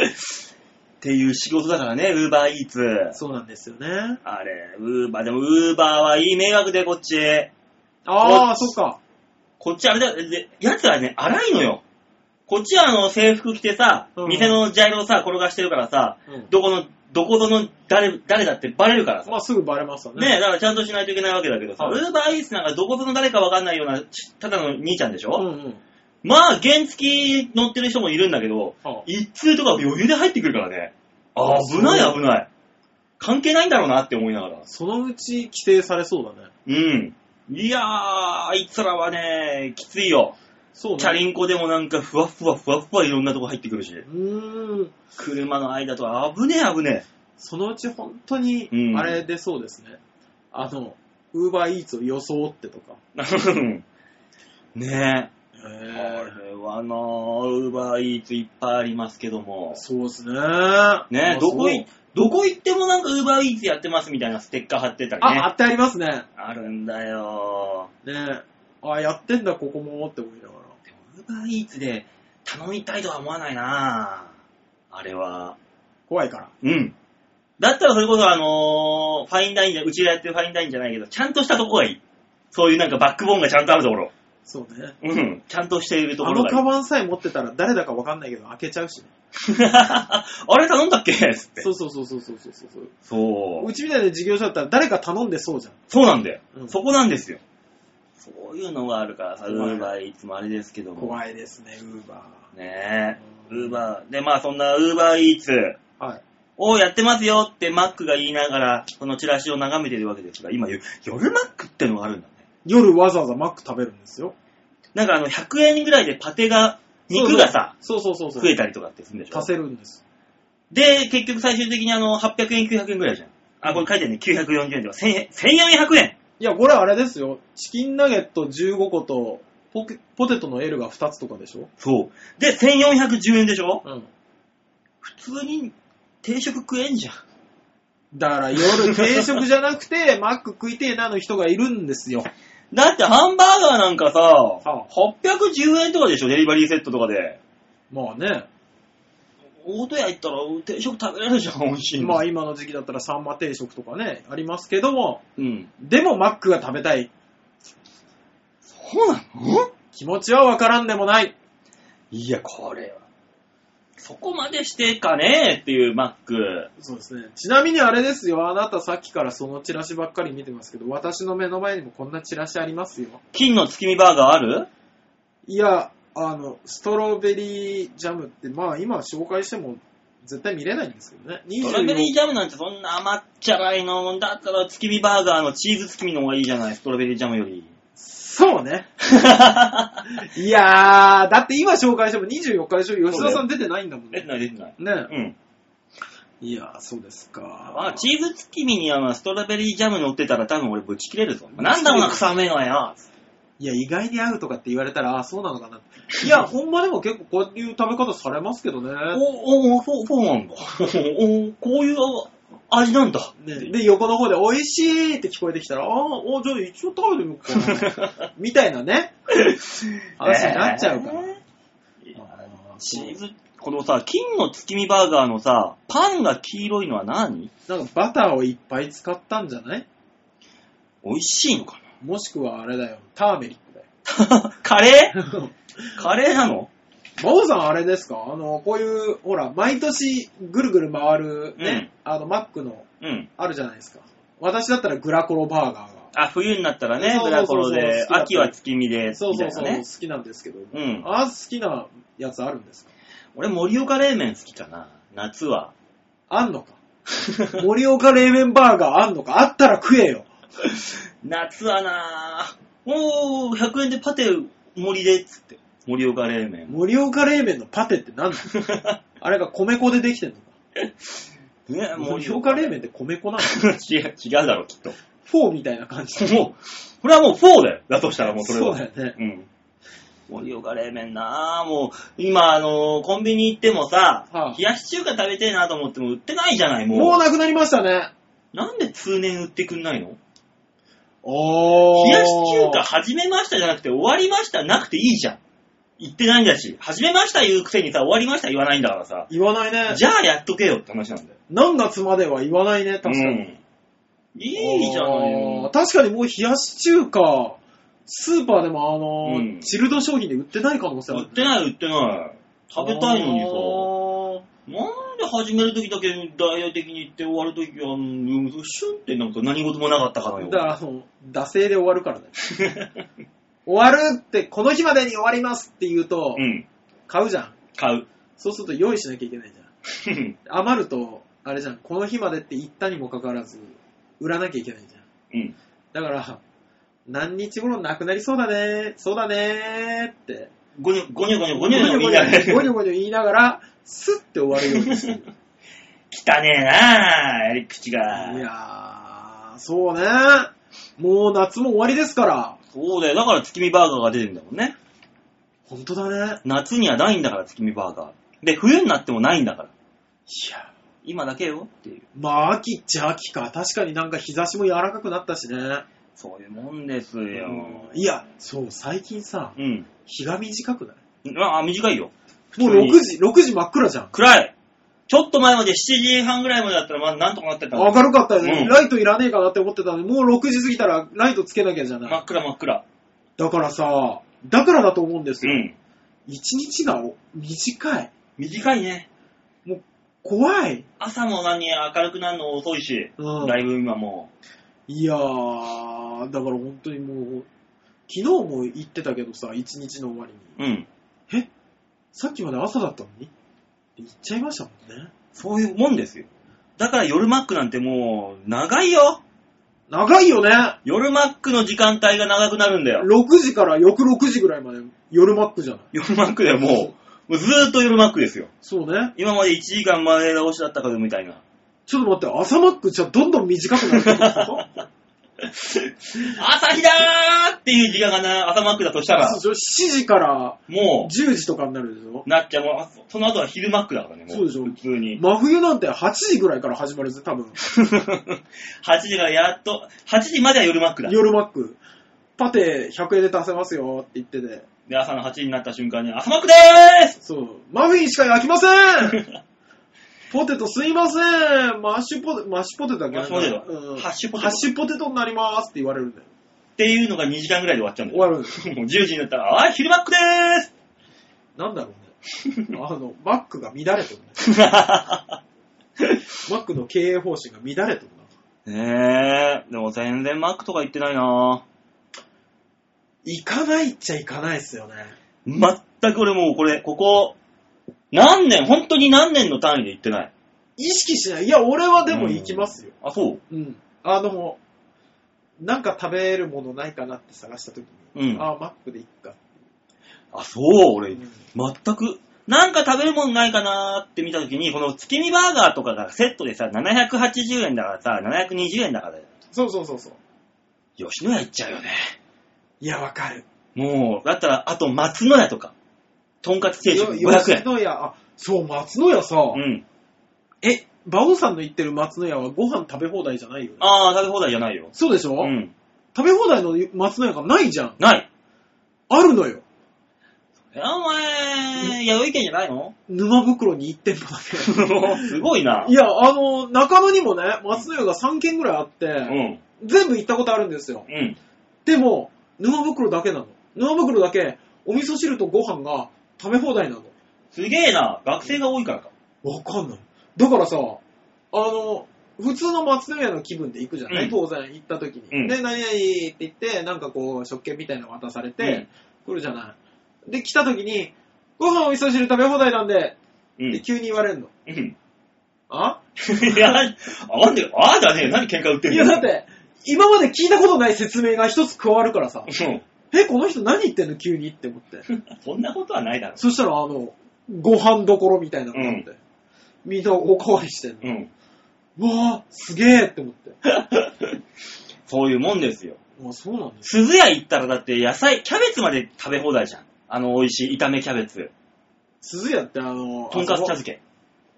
Speaker 1: っていう仕事だからね、ウーバーイーツ。
Speaker 2: そうなんですよね。
Speaker 1: あれ、ウーバー、でもウーバーはいい迷惑で、こっち。
Speaker 2: ああ、そっか。
Speaker 1: こっちあれだ、でやつらね、荒いのよ。こっちはあの、制服着てさ、
Speaker 2: うん
Speaker 1: 店のジャイロをさ、転がしてるからさ、どこの、どこぞの誰、誰だってバレるからさ。
Speaker 2: まあすぐバレますよね。
Speaker 1: ねえ、だからちゃんとしないといけないわけだけどさ、
Speaker 2: はい
Speaker 1: ウーバーイーツなんかどこぞの誰かわかんないような、ちただの兄ちゃんでしょ、
Speaker 2: うんうん。
Speaker 1: まあ、原付き乗ってる人もいるんだけど、
Speaker 2: は
Speaker 1: 一通とか余裕で入ってくるからね。
Speaker 2: あ
Speaker 1: 危な
Speaker 2: そ
Speaker 1: い、
Speaker 2: う
Speaker 1: 危ない。関係ないんだろうなって思いながら。
Speaker 2: そのうち規制されそうだね。
Speaker 1: うん。いやー、あいつらはね、きついよ。
Speaker 2: そうね。
Speaker 1: チャリンコでもなんかふわふわふわふわいろんなとこ入ってくるし、
Speaker 2: うーん。
Speaker 1: 車の間とか危ねえ危ね
Speaker 2: そのうち本当に
Speaker 1: う、ん
Speaker 2: あれ出そうですね。あの、ウーバーイーツを装ってとか。
Speaker 1: え。ね
Speaker 2: へ
Speaker 1: え。これはなウーバーイーツいっぱいありますけども。
Speaker 2: そうですね。
Speaker 1: ね
Speaker 2: あ
Speaker 1: どこい
Speaker 2: そう、
Speaker 1: どこ行ってもなんかウーバーイーツやってますみたいなステッカー貼ってたりね。
Speaker 2: あ、あ
Speaker 1: あ
Speaker 2: ってありますね。
Speaker 1: るんだよ。
Speaker 2: ねあ、やってんだ、ここもって思いながら。
Speaker 1: でもウーバーイーツで頼みたいとは思わないなあれは。
Speaker 2: 怖いから。
Speaker 1: うん。だったらそれこそあのーファインダインじゃ、うちでやってるファインダインじゃないけど、ちゃんとしたとこがいい。そういうなんかバックボーンがちゃんとあるところ。
Speaker 2: そうね。
Speaker 1: うん。ちゃんとしていると
Speaker 2: あ
Speaker 1: ころ
Speaker 2: の
Speaker 1: がいい。
Speaker 2: カバンさえ持ってたら誰だかわかんないけど開けちゃうしね。
Speaker 1: <laughs> あれ頼んだっけつって。
Speaker 2: そうそうそうそうそうそうそう。
Speaker 1: そう
Speaker 2: う。ちみたいな事業所だったら誰か頼んでそうじゃん。
Speaker 1: そうなんだよ、
Speaker 2: うん
Speaker 1: そこなんですよ。そういうのがあるからさ、ウ
Speaker 2: 怖い
Speaker 1: ーバーいつもあれですけども。
Speaker 2: 怖いですね、ウーバ
Speaker 1: ねえ。
Speaker 2: うん
Speaker 1: ウーバー。で、まあそんなウーバーイーツ
Speaker 2: ー。はい。
Speaker 1: をやってますよってマックが言いながら、このチラシを眺めてるわけですが、今、夜夜マックってのがあるんだね。
Speaker 2: 夜わざわざマック食べるんですよ。
Speaker 1: なんかあの、100円ぐらいでパテが、肉がさ、
Speaker 2: そうそうそうそう。
Speaker 1: 増えたりとかってするんでしょ
Speaker 2: 足せるんです。
Speaker 1: で、結局最終的にあの、800円、900円ぐらいじゃん。あ、これ書いてるね。940円では1000円、1400円
Speaker 2: いや、これあれですよ。チキンナゲット15個と、ポケポテトの L が2つとかでしょ
Speaker 1: そう。で、1410円でしょ
Speaker 2: うん。
Speaker 1: 普通に定食食えんじゃん。
Speaker 2: だから夜、定食じゃなくて、 <laughs> マック食いてえなの人がいるんですよ。
Speaker 1: だってハンバーガーなんかさ、
Speaker 2: はあ、
Speaker 1: 810円とかでしょデリバリーセットとかで。
Speaker 2: まあね。
Speaker 1: 大戸屋行ったら定食食べれるじゃん、美味しいの。
Speaker 2: まあ今の時期だったらサンマ定食とかね、ありますけども、
Speaker 1: うん。
Speaker 2: でもマックが食べたい。
Speaker 1: そうなの
Speaker 2: 気持ちはわからんでもない。
Speaker 1: いや、これは。そこまでしてかねっていうマック。
Speaker 2: そうですね。ちなみにあれですよ。あなたさっきからそのチラシばっかり見てますけど、私の目の前にもこんなチラシありますよ。
Speaker 1: 金の月見バーガーある
Speaker 2: いや、あの、ストロベリージャムって、まあ今紹介しても絶対見れないんですけどね。
Speaker 1: ストロベリー
Speaker 2: 24
Speaker 1: ジャムなんてそんな甘っちゃらいの。だったら月見バーガーのチーズ月見の方がいいじゃない、ストロベリージャムより。
Speaker 2: そうね。 <laughs> いやー、だって今紹介しても24日でしょ吉田さん出てないんだもんね
Speaker 1: 出て。ない出てない。
Speaker 2: ね
Speaker 1: うん。
Speaker 2: いやー、そうですか。
Speaker 1: あ、チーズ月見にあのストロベリージャム乗ってたら多分俺ぶち切れるぞ。なんだこの臭めのよ。
Speaker 2: いや、意外に合うとかって言われたら、あ、そうなのかな。いや、ほんまでも結構こういう食べ方されますけどね。
Speaker 1: お、お、そう、そうなんだ。お、こういう味なんだ。
Speaker 2: ねで、横の方で美味しいって聞こえてきたら、あーおじゃあ一応食べてみようか <laughs> な。みたいなね、話になっちゃうから。
Speaker 1: え
Speaker 2: あ
Speaker 1: ー
Speaker 2: ー
Speaker 1: チ
Speaker 2: そう
Speaker 1: ーズ、このさ、金の月見バーガーのさ、パンが黄色いのは何
Speaker 2: なんかバターをいっぱい使ったんじゃない
Speaker 1: 美味しいのか
Speaker 2: もしくはあれだよ、ターメリックだ
Speaker 1: な <laughs> カレ
Speaker 2: <laughs>
Speaker 1: ー
Speaker 2: よ。
Speaker 1: カレーなの
Speaker 2: 馬王さんあれですかあの、こういう、ほら、毎年ぐるぐる回るね、あの、マックの
Speaker 1: うん。
Speaker 2: あるじゃないですか。私だったらグラコロバーガー
Speaker 1: あ、冬になったらね、
Speaker 2: そう
Speaker 1: ブ
Speaker 2: そう
Speaker 1: ラ
Speaker 2: そ
Speaker 1: コ
Speaker 2: う
Speaker 1: ロ
Speaker 2: そう
Speaker 1: で
Speaker 2: 好き、だった
Speaker 1: 秋は月見で、
Speaker 2: が。そう
Speaker 1: みた
Speaker 2: そ
Speaker 1: いうな
Speaker 2: そう、
Speaker 1: ね。
Speaker 2: 好きなんですけど。
Speaker 1: うん。
Speaker 2: あ、好きなやつあるんですか
Speaker 1: 俺、盛岡冷麺好きかな。
Speaker 2: <laughs>
Speaker 1: 夏は。
Speaker 2: あんのか盛岡冷麺バーガーあんのかあったら食えよ。
Speaker 1: 夏はなぁ。おー、100円でパテ盛りでっつって。盛岡冷麺。
Speaker 2: 盛岡冷麺のパテって何なの
Speaker 1: <laughs>
Speaker 2: あれが米粉でできてんのか
Speaker 1: ね、
Speaker 2: 盛岡冷麺って米粉なの
Speaker 1: <laughs> 違う、違うだろ、きっと。
Speaker 2: フォーみたいな感じ。
Speaker 1: もう、これはもう4だよ。だとしたらもうそれは。
Speaker 2: そうだよね。
Speaker 1: うん。盛岡冷麺なぁ。もう、今、あのーコンビニ行ってもさ、
Speaker 2: はあ
Speaker 1: 冷やし中華食べてえなと思っても売ってないじゃない、もう。
Speaker 2: もうなくなりましたね。
Speaker 1: なんで通年売ってくんないの
Speaker 2: おー。
Speaker 1: 冷やし中華始めましたじゃなくて終わりましたなくていいじゃん。言ってないんだし、始めました言うくせにさ、終わりました言わないんだからさ。
Speaker 2: 言わないね。
Speaker 1: じゃあやっとけよって話なんだよ。
Speaker 2: 何月までは言わないね、確かに。
Speaker 1: うんいいじゃない
Speaker 2: あー
Speaker 1: の。
Speaker 2: 確かにもう冷やし中華、スーパーでもあのー
Speaker 1: うん
Speaker 2: チルド商品で売ってない可能性ある、
Speaker 1: 売ってない売ってない。食べたいのにさ。
Speaker 2: さ。
Speaker 1: なんで始めるときだけ大々的に言って終わるときは、うん、シュンってなんか何事もなかったからよ。
Speaker 2: だから、その、惰性で終わるからね。 <laughs> 終わるって、この日までに終わりますって言うと
Speaker 1: う、ん、
Speaker 2: 買うじゃん。
Speaker 1: 買う。 <laughs>
Speaker 2: そうすると用意しなきゃいけないじゃ
Speaker 1: うん
Speaker 2: ん。余ると、あれじゃん、この日までって言ったにもかかわらず、売らなきゃいけないじゃん。
Speaker 1: うん。
Speaker 2: だから、何日頃なくなりそうだね、そうだねって、
Speaker 1: ごにょ、ごにょごにょ、ご
Speaker 2: ご
Speaker 1: に
Speaker 2: にょ
Speaker 1: ょごにょ、
Speaker 2: ご
Speaker 1: みん
Speaker 2: にょ
Speaker 1: なで。
Speaker 2: ごにょごにょ言いながら、スッて終わるようにする。
Speaker 1: <laughs> 汚ねえなあ、やり口が。
Speaker 2: いやー、そうね。もう夏も終わりですから。
Speaker 1: そうだよ。だから月見バーガーが出てるんだもんね。
Speaker 2: 本当だね。
Speaker 1: 夏にはないんだから、月見バーガー。で、冬になってもないんだから。
Speaker 2: いや、
Speaker 1: 今だけよっていう。
Speaker 2: まあ秋っちゃ秋か。確かになんか日差しも柔らかくなったしね。
Speaker 1: そういうもんですよ。
Speaker 2: いや、そう、最近さ、
Speaker 1: うん。
Speaker 2: 日が短くない
Speaker 1: あ、短いよ。
Speaker 2: もう
Speaker 1: 普通に
Speaker 2: 6時、6時真っ暗じゃん。
Speaker 1: 暗い。ちょっと前まで7時半ぐらいまでだったら、まあ、なんとかなってたの
Speaker 2: 明るかったよね、
Speaker 1: うん
Speaker 2: ライトいらねえかなって思ってたのに、もう6時過ぎたらライトつけなきゃじゃない。
Speaker 1: 真っ暗真っ暗。
Speaker 2: だからさ、だからだと思うんです
Speaker 1: う
Speaker 2: よ。
Speaker 1: ん。
Speaker 2: 一日がお短い。
Speaker 1: 短いね。
Speaker 2: 怖い。
Speaker 1: 朝も何、明るくなるの遅いし、
Speaker 2: うん
Speaker 1: だいぶ今も
Speaker 2: いやー、だから本当にもう、昨日も言ってたけどさ、一日の終わりに、
Speaker 1: う。うん。
Speaker 2: さっきまで朝だったのにって言っちゃいましたもんね。
Speaker 1: そういうもんですよ。だから夜マックなんてもう、長いよ。
Speaker 2: 長いよね
Speaker 1: 夜マックの時間帯が長くなるんだよ。
Speaker 2: !6 時から翌6時ぐらいまで夜マックじゃない。
Speaker 1: 夜マックでももうずーっと夜マックですよ。
Speaker 2: そうね。
Speaker 1: 今まで1時間前倒しだったかどみたいな。
Speaker 2: ちょっと待って、朝マックじゃどんどん短くなるってこと
Speaker 1: 朝日だーっていう時間がな、朝マックだとしたら、
Speaker 2: そうでしょ ?7 時から
Speaker 1: も
Speaker 2: 10時とかになるでしょ
Speaker 1: う、なっちゃう。もうあその後は昼マックだからね、も
Speaker 2: そうでしょ
Speaker 1: 普通に。 <laughs>
Speaker 2: 真冬なんて8時ぐらいから始まるぜ、多分。
Speaker 1: 8時がやっと、8時までは夜マックだ。
Speaker 2: 夜マック。パテ100円で出せますよって言ってて。
Speaker 1: で、朝の8時になった瞬間に、朝マックでーす <laughs>
Speaker 2: そう。マフィンしか焼きませんポテトすいませんマッシュポテト、マッシュポテトだっけ
Speaker 1: マッシュポテト
Speaker 2: うん
Speaker 1: ハッシュポテ
Speaker 2: ハ
Speaker 1: ト
Speaker 2: ッシュポテトになりますって言われるんだよ。
Speaker 1: っていうのが2時間ぐらいで終わっちゃうんだ
Speaker 2: 終
Speaker 1: よ。
Speaker 2: わるんだよ。
Speaker 1: もう10時になったら、あー、昼マックでーす
Speaker 2: なんだろうね。あの、マックが乱れてるね。
Speaker 1: <laughs>
Speaker 2: マックの経営方針が乱れてるな。
Speaker 1: ねえ、でも全然マックとか行ってないな
Speaker 2: 行かないっちゃ行かないっすよね。
Speaker 1: 全く俺もうこれ、ここ、何年、本当に何年の単位で行ってない。
Speaker 2: 意識しない。いや、俺はでも行きますよ。
Speaker 1: あ、そう
Speaker 2: うん。あの、なんか食べるものないかなって探した時に、
Speaker 1: うん
Speaker 2: ああ、マックで行っか。
Speaker 1: あ、そう、俺、全く。なんか食べるもんないかなーって見たときに、この月見バーガーとかがセットでさ、780円だからさ、720円だから、
Speaker 2: そうそうそうそう。
Speaker 1: 吉野家行っちゃうよね。
Speaker 2: いや、わかる。
Speaker 1: もう、だったら、あと松野屋とか、とんかつ定食500
Speaker 2: 吉
Speaker 1: 円。
Speaker 2: 野家、あ、そう、松野家さ、
Speaker 1: うん。
Speaker 2: え、馬王さんの言ってる松野家はご飯食べ放題じゃないよね。
Speaker 1: あー、食べ放題じゃないよ。
Speaker 2: そうでしょ、
Speaker 1: うん。
Speaker 2: 食べ放題の松野家がないじゃん。
Speaker 1: ない。
Speaker 2: あるのよ。
Speaker 1: え、お前、弥生県じゃないの
Speaker 2: 沼袋に1店舗だ
Speaker 1: <laughs> すごいな
Speaker 2: <laughs> け。い。や、あの、中野にもね、松野家が3軒ぐらいあって、
Speaker 1: うん。
Speaker 2: 全部行ったことあるんですよ。
Speaker 1: うん。
Speaker 2: でも、沼袋だけなの。沼袋だけ、お味噌汁とご飯が食べ放題なの。
Speaker 1: すげえな。学生が多いからか。
Speaker 2: わかんない。だからさ、あの、普通の松宮の気分で行くじゃない、
Speaker 1: うん
Speaker 2: 当然行った時に。
Speaker 1: うん
Speaker 2: で、何々って言って、なんかこう、食券みたいなの渡されて、来るじゃない。で、来た時に、ご飯お味噌汁食べ放題なんで、
Speaker 1: う
Speaker 2: って
Speaker 1: ん。
Speaker 2: 急に言われるの。
Speaker 1: うん。 <laughs>
Speaker 2: あ
Speaker 1: いや、あ、なんで、あーじゃねえよ。何喧嘩売ってん
Speaker 2: い
Speaker 1: の
Speaker 2: や、だっ。て、今まで聞いたことない説明が一つ加わるからさ、
Speaker 1: うん。
Speaker 2: え、この人何言ってんの急にって思って。
Speaker 1: そんなことはないだろ。
Speaker 2: そしたら、あの、ご飯どころみたいなのがあって、みんなおかわりしてんの。
Speaker 1: うん。
Speaker 2: うわぁ、すげえって思って。
Speaker 1: そういうもんですよ。
Speaker 2: あ、そうなんです
Speaker 1: 鈴屋行ったらだって野菜、キャベツまで食べ放題じゃん。あの美味しい炒めキャベツ。
Speaker 2: 鈴屋ってあの、
Speaker 1: とんかつ茶漬け。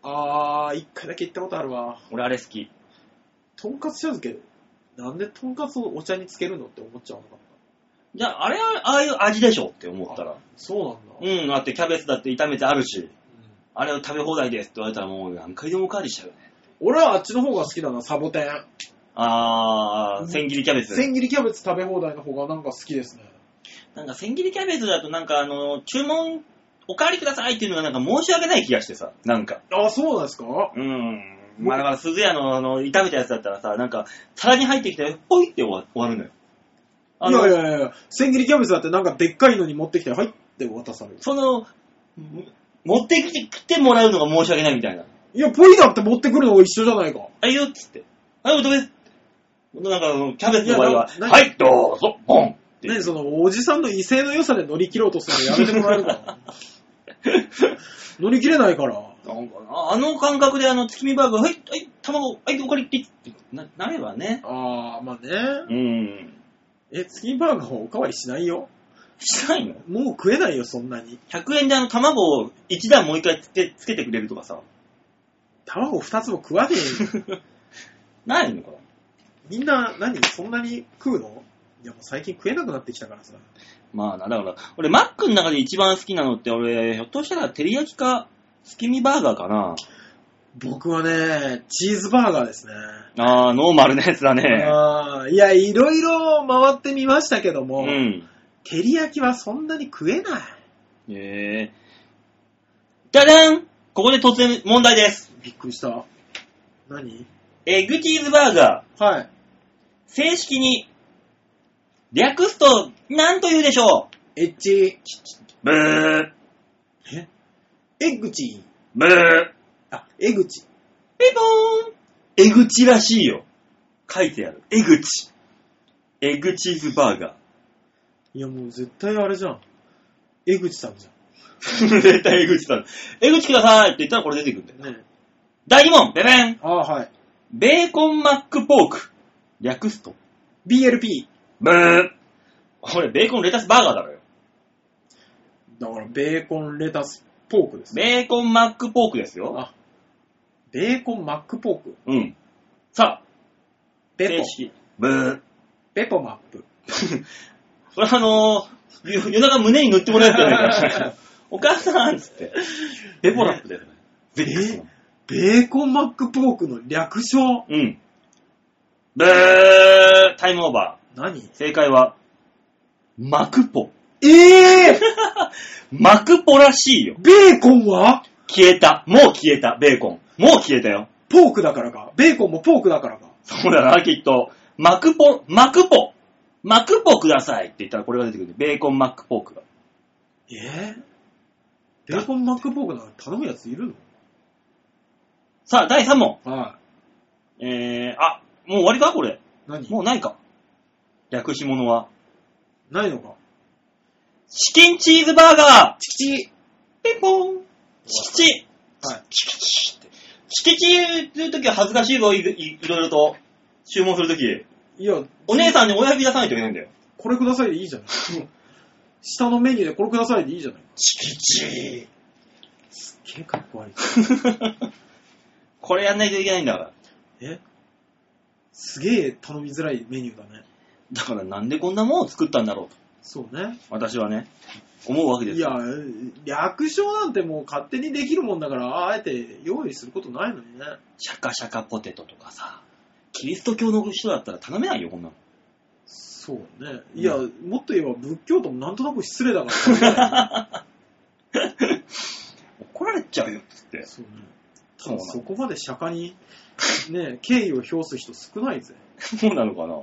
Speaker 2: あー、一回だけ行ったことあるわ。
Speaker 1: 俺あれ好き。
Speaker 2: とんかつ茶漬け、なんでとんかつをお茶につけるのって思っちゃうのかな。
Speaker 1: じゃあ、あれは、ああいう味でしょって思ったら。
Speaker 2: そうなんだ。
Speaker 1: うん、だってキャベツだって炒めてあるし、
Speaker 2: うん
Speaker 1: あれを食べ放題ですって言われたらもう何回でもおかわりしちゃうよね。
Speaker 2: 俺はあっちの方が好きだな、サボテン。
Speaker 1: あー、千切りキャベツ。
Speaker 2: 千切りキャベツ食べ放題の方がなんか好きですね。
Speaker 1: なんか千切りキャベツだとなんかあの、注文、おかわりくださいっていうのがなんか申し訳ない気がしてさ、なんか。
Speaker 2: あ、そうなんですか
Speaker 1: うん。まあだから、鈴屋のあの、炒めたやつだったらさ、なんか、皿に入ってきて、ポイって終わ終わるのよ。あ
Speaker 2: い
Speaker 1: の、
Speaker 2: やいやいやいや、千切りキャベツだってなんかでっかいのに持ってきて、はいって渡される。
Speaker 1: その、も持ってきて、来てもらうのが申し訳ないみたいな。
Speaker 2: いや、ポイだって持ってくるのが一緒じゃないか。
Speaker 1: あいいよっつって。はい、おとめです。なんかあの、キャベツの場合は、
Speaker 2: いやな
Speaker 1: はい、どうぞ、ボンって。
Speaker 2: ねその、おじさんの威勢の良さで乗り切ろうとするのやめてもらえるか
Speaker 1: <laughs>
Speaker 2: な乗り切れないから。
Speaker 1: <laughs> なんかなあの感覚であの、月見バーガー、はい、はい、卵、はい、おかわりピッってな、なればね。
Speaker 2: あー、まあ
Speaker 1: う
Speaker 2: ね。
Speaker 1: ん。
Speaker 2: え、月見バーガーはおかわりしないよ。
Speaker 1: しないの
Speaker 2: もう食えないよ、そんなに。
Speaker 1: 100円であの卵を1段もう一回つけつけてくれるとかさ、
Speaker 2: 卵二つも食わね
Speaker 1: <laughs>
Speaker 2: えよ。
Speaker 1: ないのかな
Speaker 2: みんな何、そんなに食うのいや、もう最近食えなくなってきたからさ。
Speaker 1: まあな、だから、俺、マックの中で一番好きなのって、俺、ひょっとしたら、照り焼きか、月見バーガーかな。
Speaker 2: 僕はね、チーズバーガーですね。
Speaker 1: あー、ノーマルなやつだね。
Speaker 2: あーいや、いろいろ回ってみましたけども、
Speaker 1: うん。
Speaker 2: 照り焼きはそんなに食えない。
Speaker 1: えー。じゃじゃんここで突然問題です。
Speaker 2: びっくりした。何
Speaker 1: エッグチーズバーガー、
Speaker 2: はい。
Speaker 1: 正式に、略すと、なんと言うでしょ
Speaker 2: エッチ。
Speaker 1: うブー、
Speaker 2: えエッグチ
Speaker 1: ブー。
Speaker 2: あ、エグチ。
Speaker 1: ピボーンエグチらしいよ。書いてある。エグチ。エグチーズバーガー。
Speaker 2: いや、もう絶対あれじゃん。エグチさんじゃん。
Speaker 1: <laughs> 絶対江口さん。江口くださいって言ったらこれ出てくるんだよ。
Speaker 2: ね。
Speaker 1: 第2問、ベベン
Speaker 2: ああ、はい。
Speaker 1: ベーコンマックポーク。略すと
Speaker 2: BLP。
Speaker 1: ブーこれ、ベーコンレタスバーガーだろよ。
Speaker 2: だから、ベーコンレタスポークですね。
Speaker 1: ベーコンマックポークですよ。
Speaker 2: あ、ベーコンマックポーク。
Speaker 1: うん。さあ、
Speaker 2: ベ
Speaker 1: 正
Speaker 2: ポ、
Speaker 1: 式。ブー。
Speaker 2: ベポマップ。
Speaker 1: これあのー、夜夜中胸に塗ってもらえてない <laughs> から。お母さんっつって。ベポラップだよね。
Speaker 2: え
Speaker 1: ゼックスの
Speaker 2: ベーコンマックポークの略称
Speaker 1: うん。ブータイムオーバ
Speaker 2: 何
Speaker 1: ー。正解は、マクポ。
Speaker 2: え <laughs> え
Speaker 1: マクポらしいよ。
Speaker 2: ベーコンは
Speaker 1: 消えた。もう消えた、ベーコン。もう消えたよ。
Speaker 2: ポークだからか。ベーコンもポークだからか。
Speaker 1: そうだな、きっと。マクポ、マクポ。マクポくださいって言ったらこれが出てくる。ベーコンマックポークが。
Speaker 2: ええベーコンマックポークなんか頼むやついる
Speaker 1: さあ、第3問。
Speaker 2: のは
Speaker 1: えー、あ、もう終わりかこれ。
Speaker 2: い。何
Speaker 1: もうないか。略し物は。
Speaker 2: ないのか。
Speaker 1: チキンチーズバーガー
Speaker 2: チキチ
Speaker 1: ピンポンチキチ
Speaker 2: はい。
Speaker 1: チキチって。チキチっていうときは恥ずかしいぞ、いいいろいろと。注文するとき。
Speaker 2: いや、
Speaker 1: お姉さんに親指出さないといけないんだよ。
Speaker 2: これくださいでいい <laughs> じゃない。下のメニューでこれくださいでいいじゃない。
Speaker 1: チキチ
Speaker 2: すっげえかっこ悪い。
Speaker 1: ーこれやんないといけないんだから。
Speaker 2: えすげえ頼みづらいメニューだね。
Speaker 1: だからなんでこんなもんを作ったんだろうと。
Speaker 2: そうね。
Speaker 1: 私はね、思うわけです
Speaker 2: い
Speaker 1: よ。
Speaker 2: や、略称なんてもう勝手にできるもんだから、あえて用意することないのにね。
Speaker 1: シャカシャカポテトとかさ、キリスト教の人だったら頼めないよ、こんなの。
Speaker 2: そうね。いや、もっと言えば仏教徒もなんとなく失礼だから、
Speaker 1: 怒られちゃうよ、つって。
Speaker 2: <laughs>
Speaker 1: <laughs>
Speaker 2: そうね。多分
Speaker 1: そうなの
Speaker 2: そこまで釈迦に、ね、敬意を表す人少ないぜ。
Speaker 1: そうなのかな。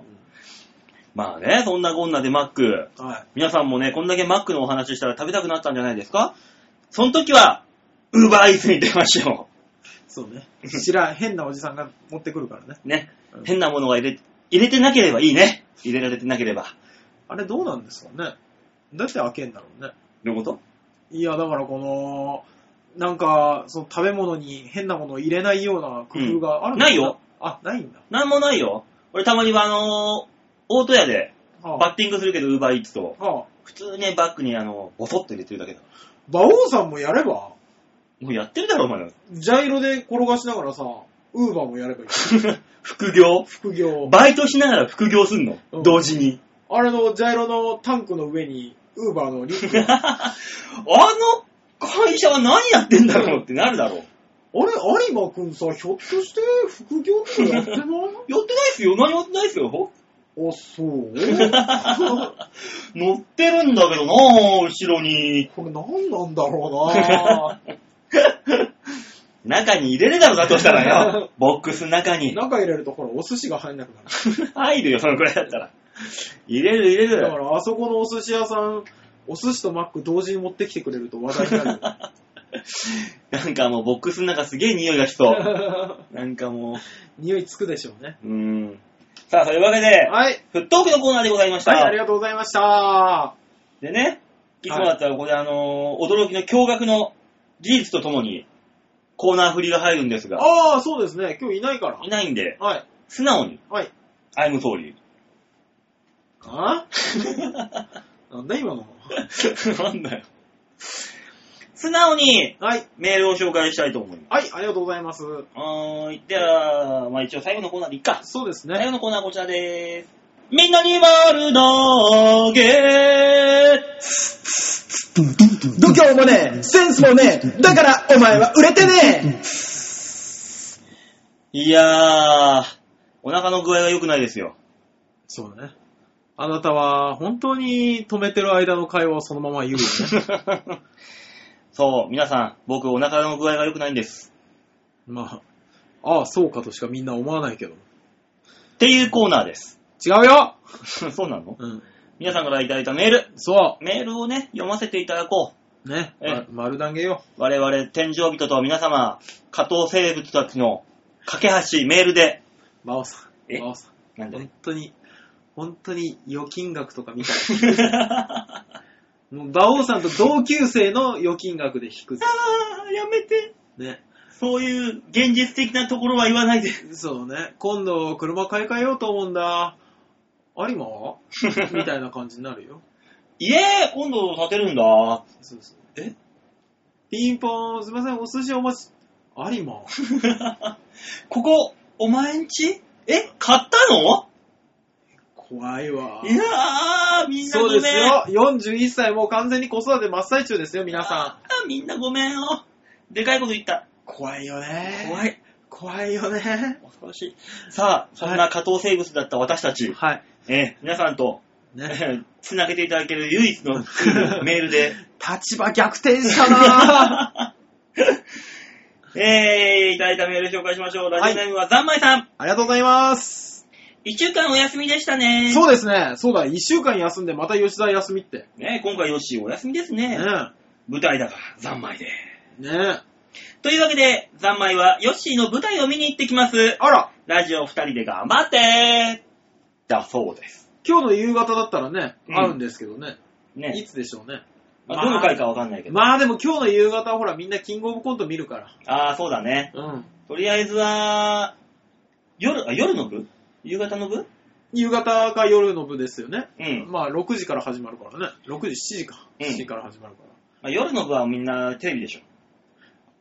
Speaker 1: まあね、そんなこんなでマック。
Speaker 2: はい。
Speaker 1: 皆さんもね、こんだけマックのお話ししたら食べたくなったんじゃないですかその時は、ウーバーイーツに出ましょ
Speaker 2: そうね。 <laughs> 知らん、変なおじさんが持ってくるからね。
Speaker 1: う。ね
Speaker 2: うん。
Speaker 1: 変なものが入れ、入れてなければいいね。入れられてなければ。
Speaker 2: あれどうなんですかね。どうやって開けんだろうね。
Speaker 1: どういうこと
Speaker 2: いや、だからこの、なんか、その食べ物に変なものを入れないような工夫があるのか
Speaker 1: ないよ。
Speaker 2: あ、ないんだ。
Speaker 1: なんもないよ。俺たまにはあのー、オート屋で
Speaker 2: あ
Speaker 1: バ
Speaker 2: あ
Speaker 1: ッティングするけど、ウーバーイーツと。
Speaker 2: ああ、
Speaker 1: 普通ね、バッグにあの、ボソッと入れてるだけだ。
Speaker 2: 馬王さんもやれば、
Speaker 1: もうやってるだろ、お前ら。
Speaker 2: ジャイロで転がしながらさ、ウーバーもやればいい。
Speaker 1: 副業
Speaker 2: 副業。
Speaker 1: バイトしながら副業すんの、
Speaker 2: うん
Speaker 1: 同時に。
Speaker 2: あれのジャイロのタンクの上に、ウーバーのリュッ
Speaker 1: <laughs>
Speaker 2: クが。あ
Speaker 1: あの会社は何やってんだろうってなるだろう。
Speaker 2: れ、有馬くんさ、ひょっとして副業とかやってない
Speaker 1: やってないっすよ。何やってないっすよ。
Speaker 2: あ、そう
Speaker 1: <laughs> 乗ってるんだけどなぁ、後ろに。
Speaker 2: これ何なんだろう
Speaker 1: <laughs>
Speaker 2: な
Speaker 1: 中に入れるだろ、だとしたら
Speaker 2: <laughs>
Speaker 1: よ。ボックスの中に。
Speaker 2: 中入れるとほら、お寿司が入んなくなる。
Speaker 1: 入るよ、そのくらいだったら。入れる、入れ
Speaker 2: だか
Speaker 1: る。
Speaker 2: ら、あそこのお寿司屋さん、お寿司とマック同時に持ってきてくれると話題になるよ。
Speaker 1: なんかもう、ボックスの中すげえ匂いが
Speaker 2: <laughs>
Speaker 1: しそう。なんかも
Speaker 2: 匂いつくでしょうね。
Speaker 1: う、うーん。さあ、というわけで、
Speaker 2: はい。
Speaker 1: フットオークのコーナーでございました。
Speaker 2: はい、ありがとうございました。
Speaker 1: でね、いつもだったらここであのー驚きの驚愕の事実とともに、コーナー振りが入るんですが、
Speaker 2: ああ、そうですね。今日いないから
Speaker 1: い。ないんで、
Speaker 2: はい。
Speaker 1: 素直に、
Speaker 2: はい。
Speaker 1: アイムソ
Speaker 2: <laughs>
Speaker 1: ーリー。
Speaker 2: あなんだ今の。
Speaker 1: なんだよ。素直に
Speaker 2: はい。
Speaker 1: メールを紹介したいと思います。
Speaker 2: はい、ありがとうございます。
Speaker 1: はーい。では、まあ一応最後のコーナーでいっか。
Speaker 2: そうです
Speaker 1: 最
Speaker 2: ね。
Speaker 1: 後のコーナーはこちらでーす。みんなに丸投げ
Speaker 3: 度胸もねえ、センスもねえ、だからお前は売れてねえ
Speaker 1: いやー、お腹の具合が良くないですよ。
Speaker 2: そうだね。あなたは本当に止めてる間の会話をそのまま言うよね。 <laughs>
Speaker 1: <laughs> そう、皆さん、僕お腹の具合が良くないんです。
Speaker 2: まあ、ああ、そうかとしかみんな思わないけど。
Speaker 1: っていうコーナーです。 <laughs>
Speaker 2: 違うよ
Speaker 1: そうなの
Speaker 2: うん。
Speaker 1: 皆さんからいただいたメール、
Speaker 2: そ
Speaker 1: メールをね、読ませていただこう。
Speaker 2: う。ね。
Speaker 1: ええ
Speaker 2: ま丸投げよ。
Speaker 1: 我々、天井人とは皆様、下等生物たちの架け橋、メールで。
Speaker 2: 馬王さん。
Speaker 1: え
Speaker 2: 馬王さん。
Speaker 1: <laughs> なんだ
Speaker 2: 本当に、本当に預金額とか見たい。 <laughs> もう、馬王さんと同級生の預金額で引くぜ。
Speaker 1: あー、やめて。
Speaker 2: ね。
Speaker 1: そういう現実的なところは言わないで。
Speaker 2: そうね。今度、車買い替えようと思うんだ。有馬 <laughs> はみたいな感じになるよ。
Speaker 1: 家、今度建てるんだ。 <laughs>
Speaker 2: そうそう。
Speaker 1: え
Speaker 2: ピンポーン、すいません、お寿司お待ち。有馬
Speaker 1: ここ、お前んちえ、買ったの
Speaker 2: 怖いわ。
Speaker 1: いやー、みんなご
Speaker 2: そう
Speaker 1: めん。
Speaker 2: ですよ。41歳、もう完全に子育て真っ最中ですよ、皆さん。
Speaker 1: ん。みんなごめんよ。でかいこと言った。
Speaker 2: 怖いよね。
Speaker 1: 怖
Speaker 2: い。
Speaker 1: い。
Speaker 2: 怖いよね。
Speaker 1: 恐ろしい。さあ、そんな加藤生物だった私たち、
Speaker 2: はい。
Speaker 1: えー皆さんと、
Speaker 2: ね。
Speaker 1: えーつなげていただける唯一
Speaker 2: <laughs>
Speaker 1: のツールメールで、 <laughs>
Speaker 2: 立場逆転したなぁ
Speaker 1: えー、いただいたメール紹介しましょう。ラ
Speaker 2: は
Speaker 1: ジ
Speaker 2: い
Speaker 1: オネームはざんまいさん。
Speaker 2: <laughs> ありがとうございます。
Speaker 1: 一週間お休みでしたね。
Speaker 2: そうですね。そうだ、1週間休んでまた吉田休みって。
Speaker 1: ね今回ヨッシーお休みです
Speaker 2: ね
Speaker 1: ね。舞台だから、ざんまいで。
Speaker 2: ね
Speaker 1: というわけで、ざんまいはヨッシーの舞台を見に行ってきます。
Speaker 2: あら、
Speaker 1: ラジオ二人で頑張ってだそうです。
Speaker 2: 今日の夕方だったらね、
Speaker 1: うん
Speaker 2: あるんですけどね。い
Speaker 1: ね。
Speaker 2: つでしょうね。
Speaker 1: まあどの回かわかんないけど。
Speaker 2: まあでも今日の夕方はほらみんなキングオブコント見るから。
Speaker 1: ああ、そうだね。
Speaker 2: うん。
Speaker 1: とりあえずは、夜、あ夜の部夕方の部
Speaker 2: 夕方か夜の部ですよね。
Speaker 1: うん。
Speaker 2: まあ6時から始まるからね。6時、7時か。
Speaker 1: うん
Speaker 2: 7時から始まるから。
Speaker 1: まあ、夜の部はみんなテレビでしょ。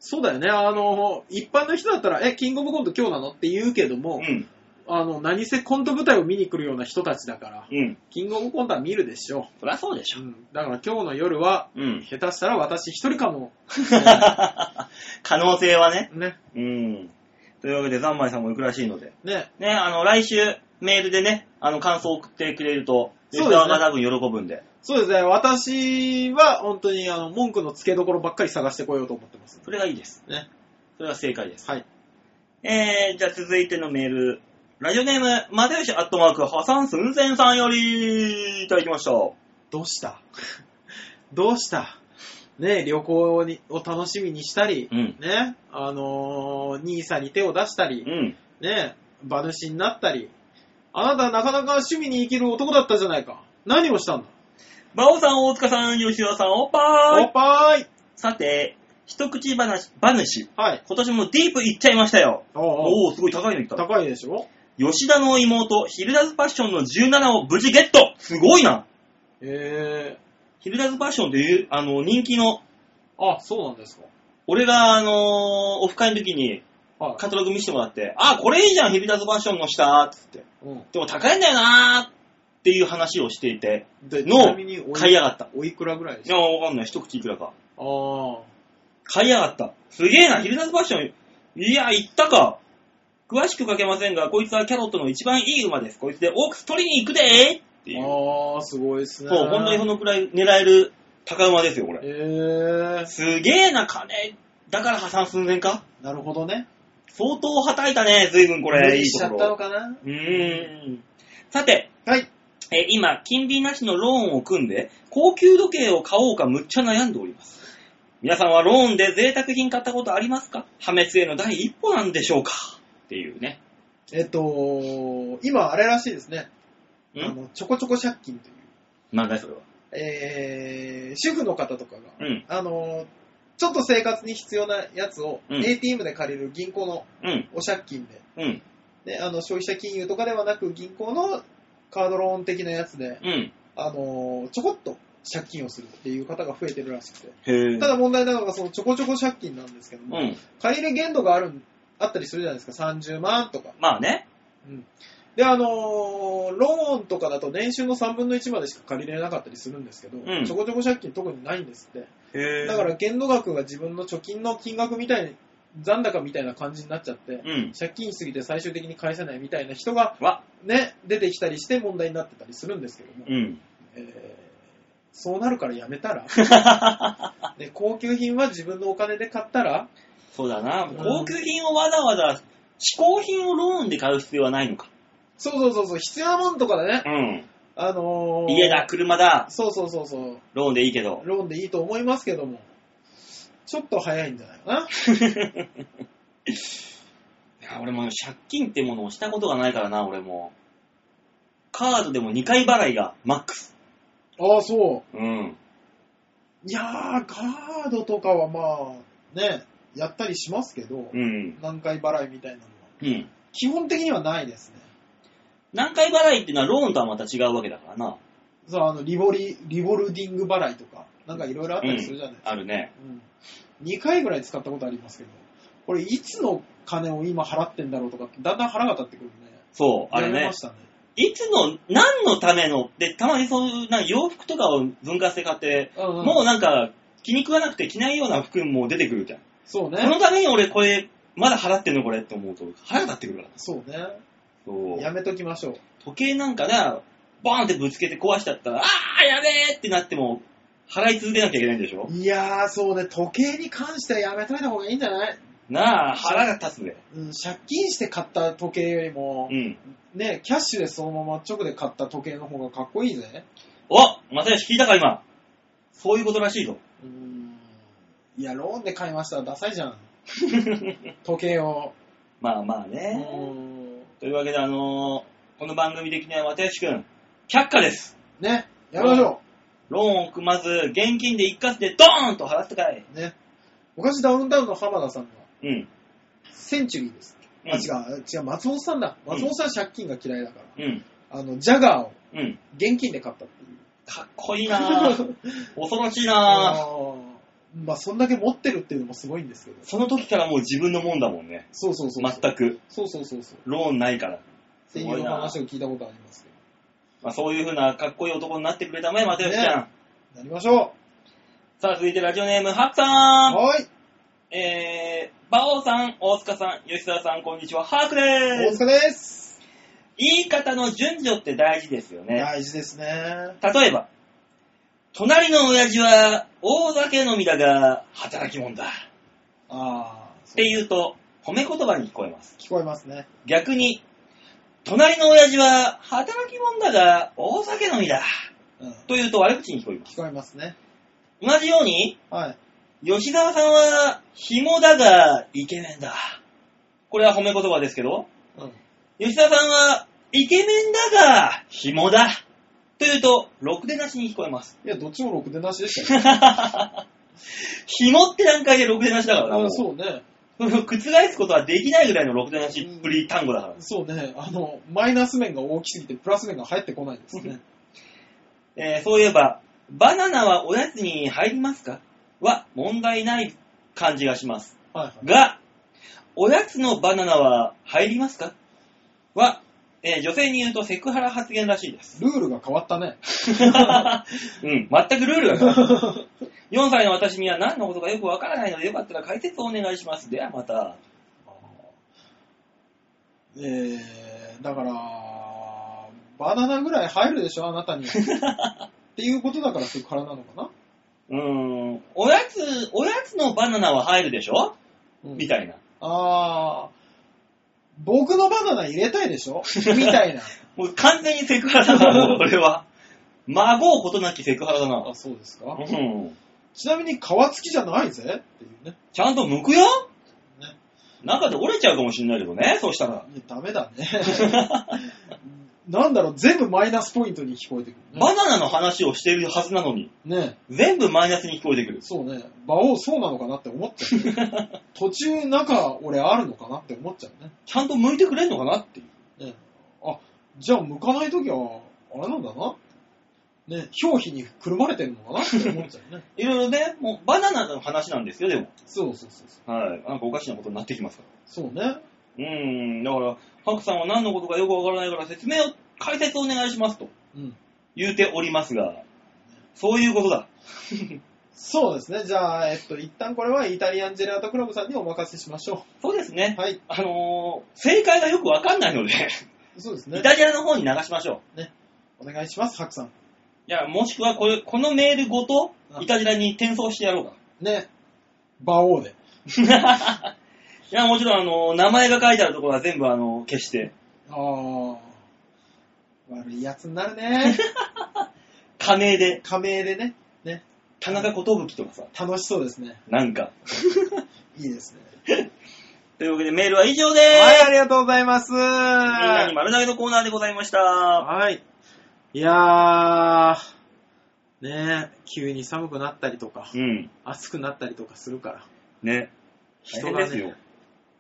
Speaker 2: そうだよね。あの、一般の人だったら、え、キングオブコント今日なのって言うけども、
Speaker 1: うん。
Speaker 2: あの、何せコント舞台を見に来るような人たちだから、
Speaker 1: うん。
Speaker 2: キングオブコントは見るでしょ
Speaker 1: そりゃそうでし
Speaker 2: う。
Speaker 1: ょ。
Speaker 2: ん。だから今日の夜は、
Speaker 1: うん。
Speaker 2: 下手したら私一人かも。
Speaker 1: <laughs> 可能性はね。
Speaker 2: ね。
Speaker 1: うん。というわけで、ざんまいさんも行くらしいので。
Speaker 2: ね。
Speaker 1: ね、あの、来週、メールでね、あの、感想を送ってくれると、
Speaker 2: そうですね
Speaker 1: 吉沢が多分喜ぶんで。
Speaker 2: そうですね。私は本当にあの文句の付けどころばっかり探してこようと思ってます。
Speaker 1: それがいいです。
Speaker 2: ね。
Speaker 1: それが正解です。
Speaker 2: はい。
Speaker 1: えー、じゃあ続いてのメール。ラジオネーム、またよしアットマーク、破産寸前さんより、いただきました。
Speaker 2: どうした <laughs> どうしたね旅行にを楽しみにしたり、
Speaker 1: うん。
Speaker 2: ね、あのー、兄さんに手を出したり
Speaker 1: う、ん。
Speaker 2: ね、馬主になったり、あなたなかなか趣味に生きる男だったじゃないか。何をしたんだ
Speaker 1: 馬王さん、大塚さん、吉田さん、おっぱー
Speaker 2: お
Speaker 1: い
Speaker 2: っぱーい
Speaker 1: さて、一口話、馬主。
Speaker 2: はい。
Speaker 1: 今年もディープいっちゃいましたよ。
Speaker 2: おうおう
Speaker 1: おー、すごい高いの来た。
Speaker 2: 高いでしょ
Speaker 1: 吉田の妹、ヒルダズパッションの17を無事ゲットすごいな
Speaker 2: え
Speaker 1: ヒルダズパッションっていう、あの、人気の、
Speaker 2: ー、あ、そうなんですか。
Speaker 1: 俺が、あのーオフ会の時に
Speaker 2: は
Speaker 1: カタログ見せてもらって、あ、これいいじゃん、ヒルダズパッションの下、つって。
Speaker 2: い。うん
Speaker 1: でも高いんだよなーっていう話をしていて、
Speaker 2: で、
Speaker 1: の
Speaker 2: ちなみにお
Speaker 1: 買い
Speaker 2: い
Speaker 1: やがった。
Speaker 2: おいくらぐらいで
Speaker 1: い
Speaker 2: しょ
Speaker 1: や、わかんない。一口いくらか。
Speaker 2: あー
Speaker 1: 買いやがった。すげえな、ヒルダズパッション。いや、行ったか。詳しく書けませんが、こいつはキャロットの一番いい馬です。こいつでオークス取りに行くでーっていう。
Speaker 2: あー、すごいですね。
Speaker 1: そう、本当にそのくらい狙える高馬ですよ、これ。
Speaker 2: えー、
Speaker 1: すげえな、金。だから破産寸前か
Speaker 2: なるほどね。
Speaker 1: 相当はたいたね、随分これ。いい
Speaker 2: しちゃ
Speaker 1: と
Speaker 2: っ
Speaker 1: こ
Speaker 2: たの
Speaker 1: ろ。
Speaker 2: かな
Speaker 1: うーん。さて、
Speaker 2: はい。
Speaker 1: えー今、金利なしのローンを組んで、高級時計を買おうかむっちゃ悩んでおります。皆さんはローンで贅沢品買ったことありますか破滅への第一歩なんでしょうかっていうね。
Speaker 2: えっと、今あれらしいですね。
Speaker 1: ん
Speaker 2: あの、ちょこちょこ借金という。
Speaker 1: なんだいそれは。
Speaker 2: えー、主婦の方とかが、
Speaker 1: うん。
Speaker 2: あの、ちょっと生活に必要なやつを、
Speaker 1: うん
Speaker 2: ATM で借りる銀行の
Speaker 1: うん。
Speaker 2: お借金で、
Speaker 1: うん。
Speaker 2: ね、あの、消費者金融とかではなく銀行のカードローン的なやつで、
Speaker 1: うん。
Speaker 2: あの、ちょこっと借金をするっていう方が増えてるらしくて。
Speaker 1: へぇ
Speaker 2: ただ問題なのが、そのちょこちょこ借金なんですけど
Speaker 1: う
Speaker 2: も、
Speaker 1: ん。
Speaker 2: 借りる限度がある、あったりするじゃないですか。30万とか。
Speaker 1: まあね。
Speaker 2: うんで、あのーローンとかだと年収の3分の1までしか借りれなかったりするんですけど、
Speaker 1: うん
Speaker 2: ちょこちょこ借金特にないんですって。
Speaker 1: へ
Speaker 2: だから、限度額が自分の貯金の金額みたいに、残高みたいな感じになっちゃって、
Speaker 1: うん。
Speaker 2: 借金しすぎて最終的に返せないみたいな人が
Speaker 1: わ、
Speaker 2: ね、出てきたりして問題になってたりするんですけども、
Speaker 1: うん。
Speaker 2: えーそうなるからやめたら、
Speaker 1: <laughs>
Speaker 2: で高級品は自分のお金で買ったら、
Speaker 1: そうだな。
Speaker 2: ん
Speaker 1: 高級品をわざわざ、嗜好品をローンで買う必要はないのか。
Speaker 2: そうそうそうそう、必要なもんとかだね、
Speaker 1: うん。
Speaker 2: あのー
Speaker 1: 家だ、車だ、
Speaker 2: そうそうそうそう、
Speaker 1: ローンでいいけど。
Speaker 2: ローンでいいと思いますけども、ちょっと早いんじゃないかな。
Speaker 1: いや、俺も借金ってものをしたことがないからな、俺も。カードでも2回払いがマックス。
Speaker 2: ああ、そう。
Speaker 1: うん。
Speaker 2: いやー、カードとかはまあ、ね、やったりしますけど、
Speaker 1: うん。
Speaker 2: 何回払いみたいなのは、
Speaker 1: うん。
Speaker 2: 基本的にはないですね。
Speaker 1: 何回払いっていうのはローンとはまた違うわけだからな。
Speaker 2: そう、あの、リボリ、リボルディング払いとか、なんかいろいろあったりするじゃないですか。
Speaker 1: あるね。
Speaker 2: うん。2回ぐらい使ったことありますけど、これいつの金を今払ってんだろうとか、だんだん腹が立ってくるね。
Speaker 1: そう、あれ
Speaker 2: やめ
Speaker 1: ね
Speaker 2: ま。したね。
Speaker 1: いつの、何のためのって、たまにそういう、なんか洋服とかを分割で買って、
Speaker 2: うんうん
Speaker 1: もうなんか気に食わなくて着ないような服も出てくるじゃん。
Speaker 2: そう
Speaker 1: その
Speaker 2: ね。
Speaker 1: ために俺これ、まだ払ってんのこれって思うと腹立ってくるから。
Speaker 2: そうね。
Speaker 1: そう。
Speaker 2: やめときましょう。
Speaker 1: 時計なんかが、バーンってぶつけて壊しちゃったら、あーやべえってなっても、払い続けなきゃいけないんでしょ
Speaker 2: いやー、そうね、時計に関してはやめといた方がいいんじゃない
Speaker 1: なあ、腹が立つぜ。
Speaker 2: うん、借金して買った時計よりも
Speaker 1: う、ん。
Speaker 2: ね、キャッシュでそのまま直で買った時計の方がかっこいいぜ。
Speaker 1: おまさよし聞いたか今。そういうことらしいぞ。
Speaker 2: うーん。いや、ローンで買いましたらダサいじゃ <laughs> ん。時計を。
Speaker 1: まあまあ
Speaker 2: うー
Speaker 1: ね。
Speaker 2: ん。
Speaker 1: というわけで、あのーこの番組的には又吉くん、却下です。
Speaker 2: ね、やめましょ
Speaker 1: ローンを組まず、現金で一括でドーンと払ってかい。
Speaker 2: う。ね。昔ダウンタウンの浜田さんが、
Speaker 1: うん。
Speaker 2: センチュリーです。
Speaker 1: うん
Speaker 2: あ、違う、違う、松本さんだ。松本さん借金が嫌いだから。
Speaker 1: うん。
Speaker 2: あの、ジャガーを
Speaker 1: うん。
Speaker 2: 現金で買ったっていう。
Speaker 1: かっこいい <laughs> なぁ。恐ろしいなぁ。
Speaker 2: ーまあ、そんだけ持ってるっていうのもすごいんですけど。
Speaker 1: その時からもう自分のもんだもんね。
Speaker 2: そうそうそうそう。
Speaker 1: 全く。
Speaker 2: そうそうそうそう。
Speaker 1: ローンないか
Speaker 2: っ
Speaker 1: ら。
Speaker 2: ていう話を聞いたことありますけ
Speaker 1: まあ、そういう風なかっこいい男になってくれたまえ、又吉ちゃん。
Speaker 2: ど。なりましょ
Speaker 1: さあ、続いてラジオネーム、ハッ
Speaker 2: う。
Speaker 1: さん。
Speaker 2: はーい。
Speaker 1: えー、馬王さん、大塚さん、吉沢さん、こんにちは、ハークで
Speaker 2: 大
Speaker 1: す。
Speaker 2: 塚です。
Speaker 1: 言い方の順序って大事ですよね。
Speaker 2: 大事ですね。
Speaker 1: 例えば、隣の親父は大酒飲みだが、働き者だ。っ
Speaker 2: ああ、
Speaker 1: て言うと、褒め言葉に聞こえます。
Speaker 2: 聞こえますね。
Speaker 1: 逆に、隣の親父は働き者だが、大酒飲みだ。
Speaker 2: うん。
Speaker 1: と言うと悪口に聞こえます。
Speaker 2: 聞こえますね。
Speaker 1: 同じように、
Speaker 2: はい。
Speaker 1: 吉沢さんは、紐だが、イケメンだ。これは褒め言葉ですけど、
Speaker 2: うん。
Speaker 1: 吉沢さんは、イケメンだが、紐だ。というと、ろくでなしに聞こえます。 <laughs>
Speaker 2: いや、どっちもろくでなしでしたよ。
Speaker 1: 紐って段階でろくでなしだからな。
Speaker 2: <laughs> あ
Speaker 1: も
Speaker 2: ー
Speaker 1: う <laughs>
Speaker 2: そうね。
Speaker 1: 覆すことはできないぐらいのろくでなしっぷり単語だから。
Speaker 2: そうね。あの、マイナス面が大きすぎて、プラス面が入ってこないですね。
Speaker 1: えーそういえば、バナナはおやつに入りますかは問題ない感じがします。
Speaker 2: はいはい。
Speaker 1: が、おやつのバナナは入りますかは、えー女性に言うとセクハラ発言らし
Speaker 2: <laughs>
Speaker 1: いです。
Speaker 2: ルールが変わったね。
Speaker 1: うん、全くルールが変わった。4歳の私には何のことかよくわからないので、よかったら解説をお願いします。ではまた。
Speaker 2: えー、だから、バナナぐらい入るでしょ、あなたに。 <laughs> っていうことだからセクハラなのかな、
Speaker 1: うーん、おやつ、おやつのバナナは入るでしょ
Speaker 2: うん
Speaker 1: みたいな。
Speaker 2: あー、僕のバナナ入れたいでしょみたいな。
Speaker 1: もう完全にセクハラだな、もう俺は。孫うことなきセクハラだな
Speaker 2: あ、。そうですか
Speaker 1: う。ん。
Speaker 2: ちなみに皮付きじゃないぜっていうね。
Speaker 1: ちゃんと剥くよ
Speaker 2: ね
Speaker 1: 中で折れちゃうかもしれないけどね、そうしたら。
Speaker 2: いやダメだね。なんだろう、全部マイナスポイントに聞こえてくる
Speaker 1: バナナの話をしているはずなのに、
Speaker 2: ね。ね
Speaker 1: 全部マイナスに聞こえてくる。
Speaker 2: そうね。馬王そうなのかなって思っちゃうね。途中中俺あるのかなって思っちゃうね。
Speaker 1: ちゃんと向いてくれんのかなっていう。
Speaker 2: ねあ、じゃあ向かないときは、あれなんだな。ね、表皮にくるまれてるのかなって思っちゃ <laughs> うね。
Speaker 1: いろいろね、もうバナナの話なんですよ、でも。
Speaker 2: そうそうそうそう。
Speaker 1: はい。なんかおかしなことになってきますか
Speaker 2: そうね。
Speaker 1: ら。うーん。だから、ハクさんは何のことかよくわからないから説明を、解説をお願いしますと
Speaker 2: うん。
Speaker 1: 言うておりますが、そういうことだ。
Speaker 2: そうですね。じゃあ、えっと、一旦これはイタリアンジェラートクラブさんにお任せしましょ
Speaker 1: そうですね
Speaker 2: う。。はい。
Speaker 1: あのー、正解がよくわかんないので、
Speaker 2: そうです
Speaker 1: イ
Speaker 2: ね。
Speaker 1: タジェラの方に流しましょう。
Speaker 2: お願いします、ハクさん。
Speaker 1: いや、もしくはこれ、このメールごと
Speaker 2: う、ん
Speaker 1: イタジェラに転送してやろうか。
Speaker 2: ね。馬王で。
Speaker 1: <laughs> いや、もちろん、あのー、名前が書いてあるところは全部、あのー、消して、
Speaker 2: ああ。悪いやつになる <laughs> ね。
Speaker 1: 仮名で、
Speaker 2: 仮名でね。ね。
Speaker 1: 田中寿とかさ、
Speaker 2: 楽しそうですね。
Speaker 1: なんか。
Speaker 2: いいですね。
Speaker 1: というわけで、メールは以上でー
Speaker 4: はい、
Speaker 1: す。
Speaker 4: ありがとうございます。みん
Speaker 1: みんなに丸投げのコーナーでございました。
Speaker 4: はい。いやー、
Speaker 2: ねえ、急に寒くなったりとか、
Speaker 1: うん。
Speaker 2: 暑くなったりとかするから、
Speaker 1: ね。大変ですよ。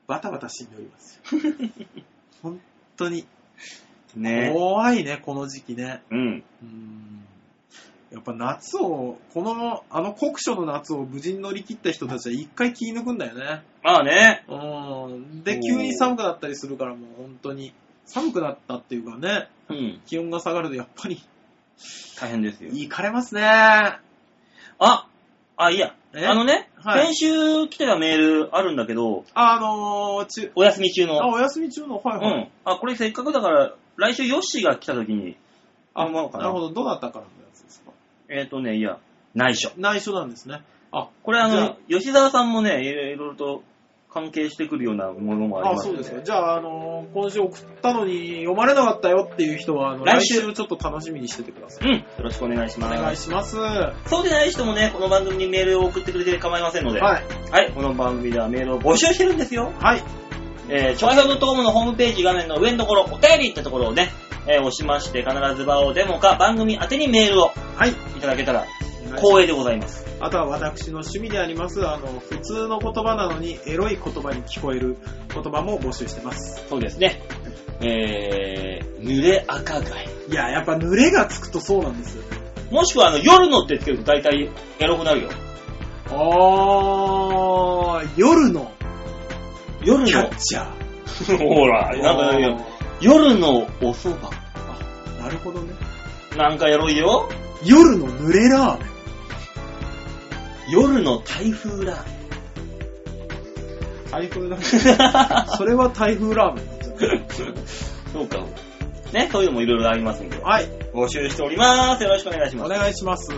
Speaker 2: バタバタ死んでおりますよ。
Speaker 1: <laughs>
Speaker 2: 本当に、
Speaker 1: ね。
Speaker 2: 怖いね、この時期ね。
Speaker 1: うん。
Speaker 2: うーんやっぱ夏を、この、あの酷暑の夏を無事に乗り切った人たちは一回気抜くんだよね。
Speaker 1: まあね。
Speaker 2: うん。で、急に寒くなったりするからもう本当に、寒くなったっていうかね、
Speaker 1: うん。
Speaker 2: 気温が下がるとやっぱり、
Speaker 1: 大変ですよ。
Speaker 2: 行かれますね。
Speaker 1: あ、あ、いいや。
Speaker 2: え
Speaker 1: あのね、
Speaker 2: はい
Speaker 1: 先週来てたメールあるんだけど、
Speaker 2: あのー、中、
Speaker 1: お休み中
Speaker 2: あ、
Speaker 1: の。
Speaker 2: お休み中の、は
Speaker 1: う
Speaker 2: いはい。
Speaker 1: ん。あ、これせっかくだから、来週ヨッシーが来た時に、
Speaker 2: あ、
Speaker 1: まあかな
Speaker 2: なるほど。どなたからのやつですか
Speaker 1: えっ、とね、いや、内緒。
Speaker 2: 内緒なんですね。あ、
Speaker 1: これあ
Speaker 2: じゃ
Speaker 1: の、吉沢さんもね、いろいろと関係してくるようなものもあり
Speaker 2: あ、
Speaker 1: ます
Speaker 2: そ
Speaker 1: の
Speaker 2: うですか。じゃあ、あのー今週送ったのに読まれなかったよっていう人は、あの
Speaker 1: 来
Speaker 2: 来
Speaker 1: 週
Speaker 2: 週ちょっと楽しみにしててください。
Speaker 1: うん。よろしくお願いし
Speaker 2: お
Speaker 1: ます。
Speaker 2: 願いします。は
Speaker 1: そうでない人もね、この番組にメールを送ってくれて構いませんの
Speaker 2: い。
Speaker 1: で、
Speaker 2: はい。
Speaker 1: はい、この番組ではメールを募集してるんですよ。えー、ちょいひょう .com のホームページ画面の上のところ、お便りってところをね、えー押しまして、必ず場をデモか番組宛てにメールを
Speaker 2: はい。
Speaker 1: いただけたら
Speaker 2: こう
Speaker 1: 光栄でございます。
Speaker 2: あとは私の趣味であります、あの、普通の言葉なのにエロい言葉に聞こえる言葉も募集してます。
Speaker 1: そうですね。えー、濡れ赤貝。
Speaker 2: いや、やっぱ濡れがつくとそうなんです。
Speaker 1: もしくはあの、夜のってつけると大体エロくなるよ。
Speaker 2: あー、夜の
Speaker 1: 夜
Speaker 2: キャ
Speaker 1: の
Speaker 2: ッ、チャー。
Speaker 1: <laughs> ほら、なんか
Speaker 2: あ
Speaker 1: よ夜のお蕎麦。
Speaker 2: ーなるほどね。
Speaker 1: なんかエロいよ。
Speaker 2: 夜の濡れラーメン。
Speaker 1: 夜の台風ラーメン。
Speaker 2: 台風ラーメン。 <laughs> それは台風ラーメンなんじゃない
Speaker 1: <laughs> そうか。ね、そういうのもいろいろありますんで。
Speaker 2: はい。
Speaker 1: 募集しております。よろしくお願いし
Speaker 2: お
Speaker 1: ます。
Speaker 2: 願いします。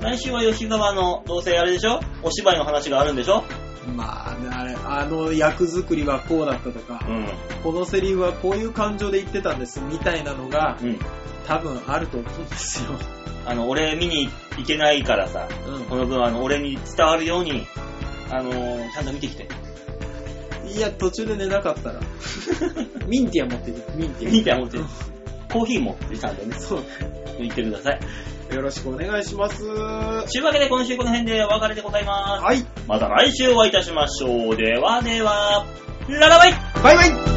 Speaker 1: 来週は吉沢の、どうせあれでしょお芝居の話があるんでしょ
Speaker 2: まあね、あれ、あの役作りはこうだったとか、
Speaker 1: ん。
Speaker 2: このセリフはこういう感情で言ってたんですみたいなのが
Speaker 1: うん。
Speaker 2: 多分あると思うんですよ。
Speaker 1: あの、俺見に行けないからさ、この分、あの、俺に伝わるように、あのーちゃんと見てきて。
Speaker 2: うん。いや、途中で寝なか <laughs> ったら。ミンティア持ってきて、ミンティア。
Speaker 1: 見て、持って。コーヒーも、ちゃんとね、
Speaker 2: そう。
Speaker 1: 行ってください。
Speaker 2: よろしくお願いします。は
Speaker 1: というわけで、今週この辺でお別れでございます。
Speaker 2: い。
Speaker 1: また来週お会いいたしましょう。ではでは、ララバイ
Speaker 2: バイバイ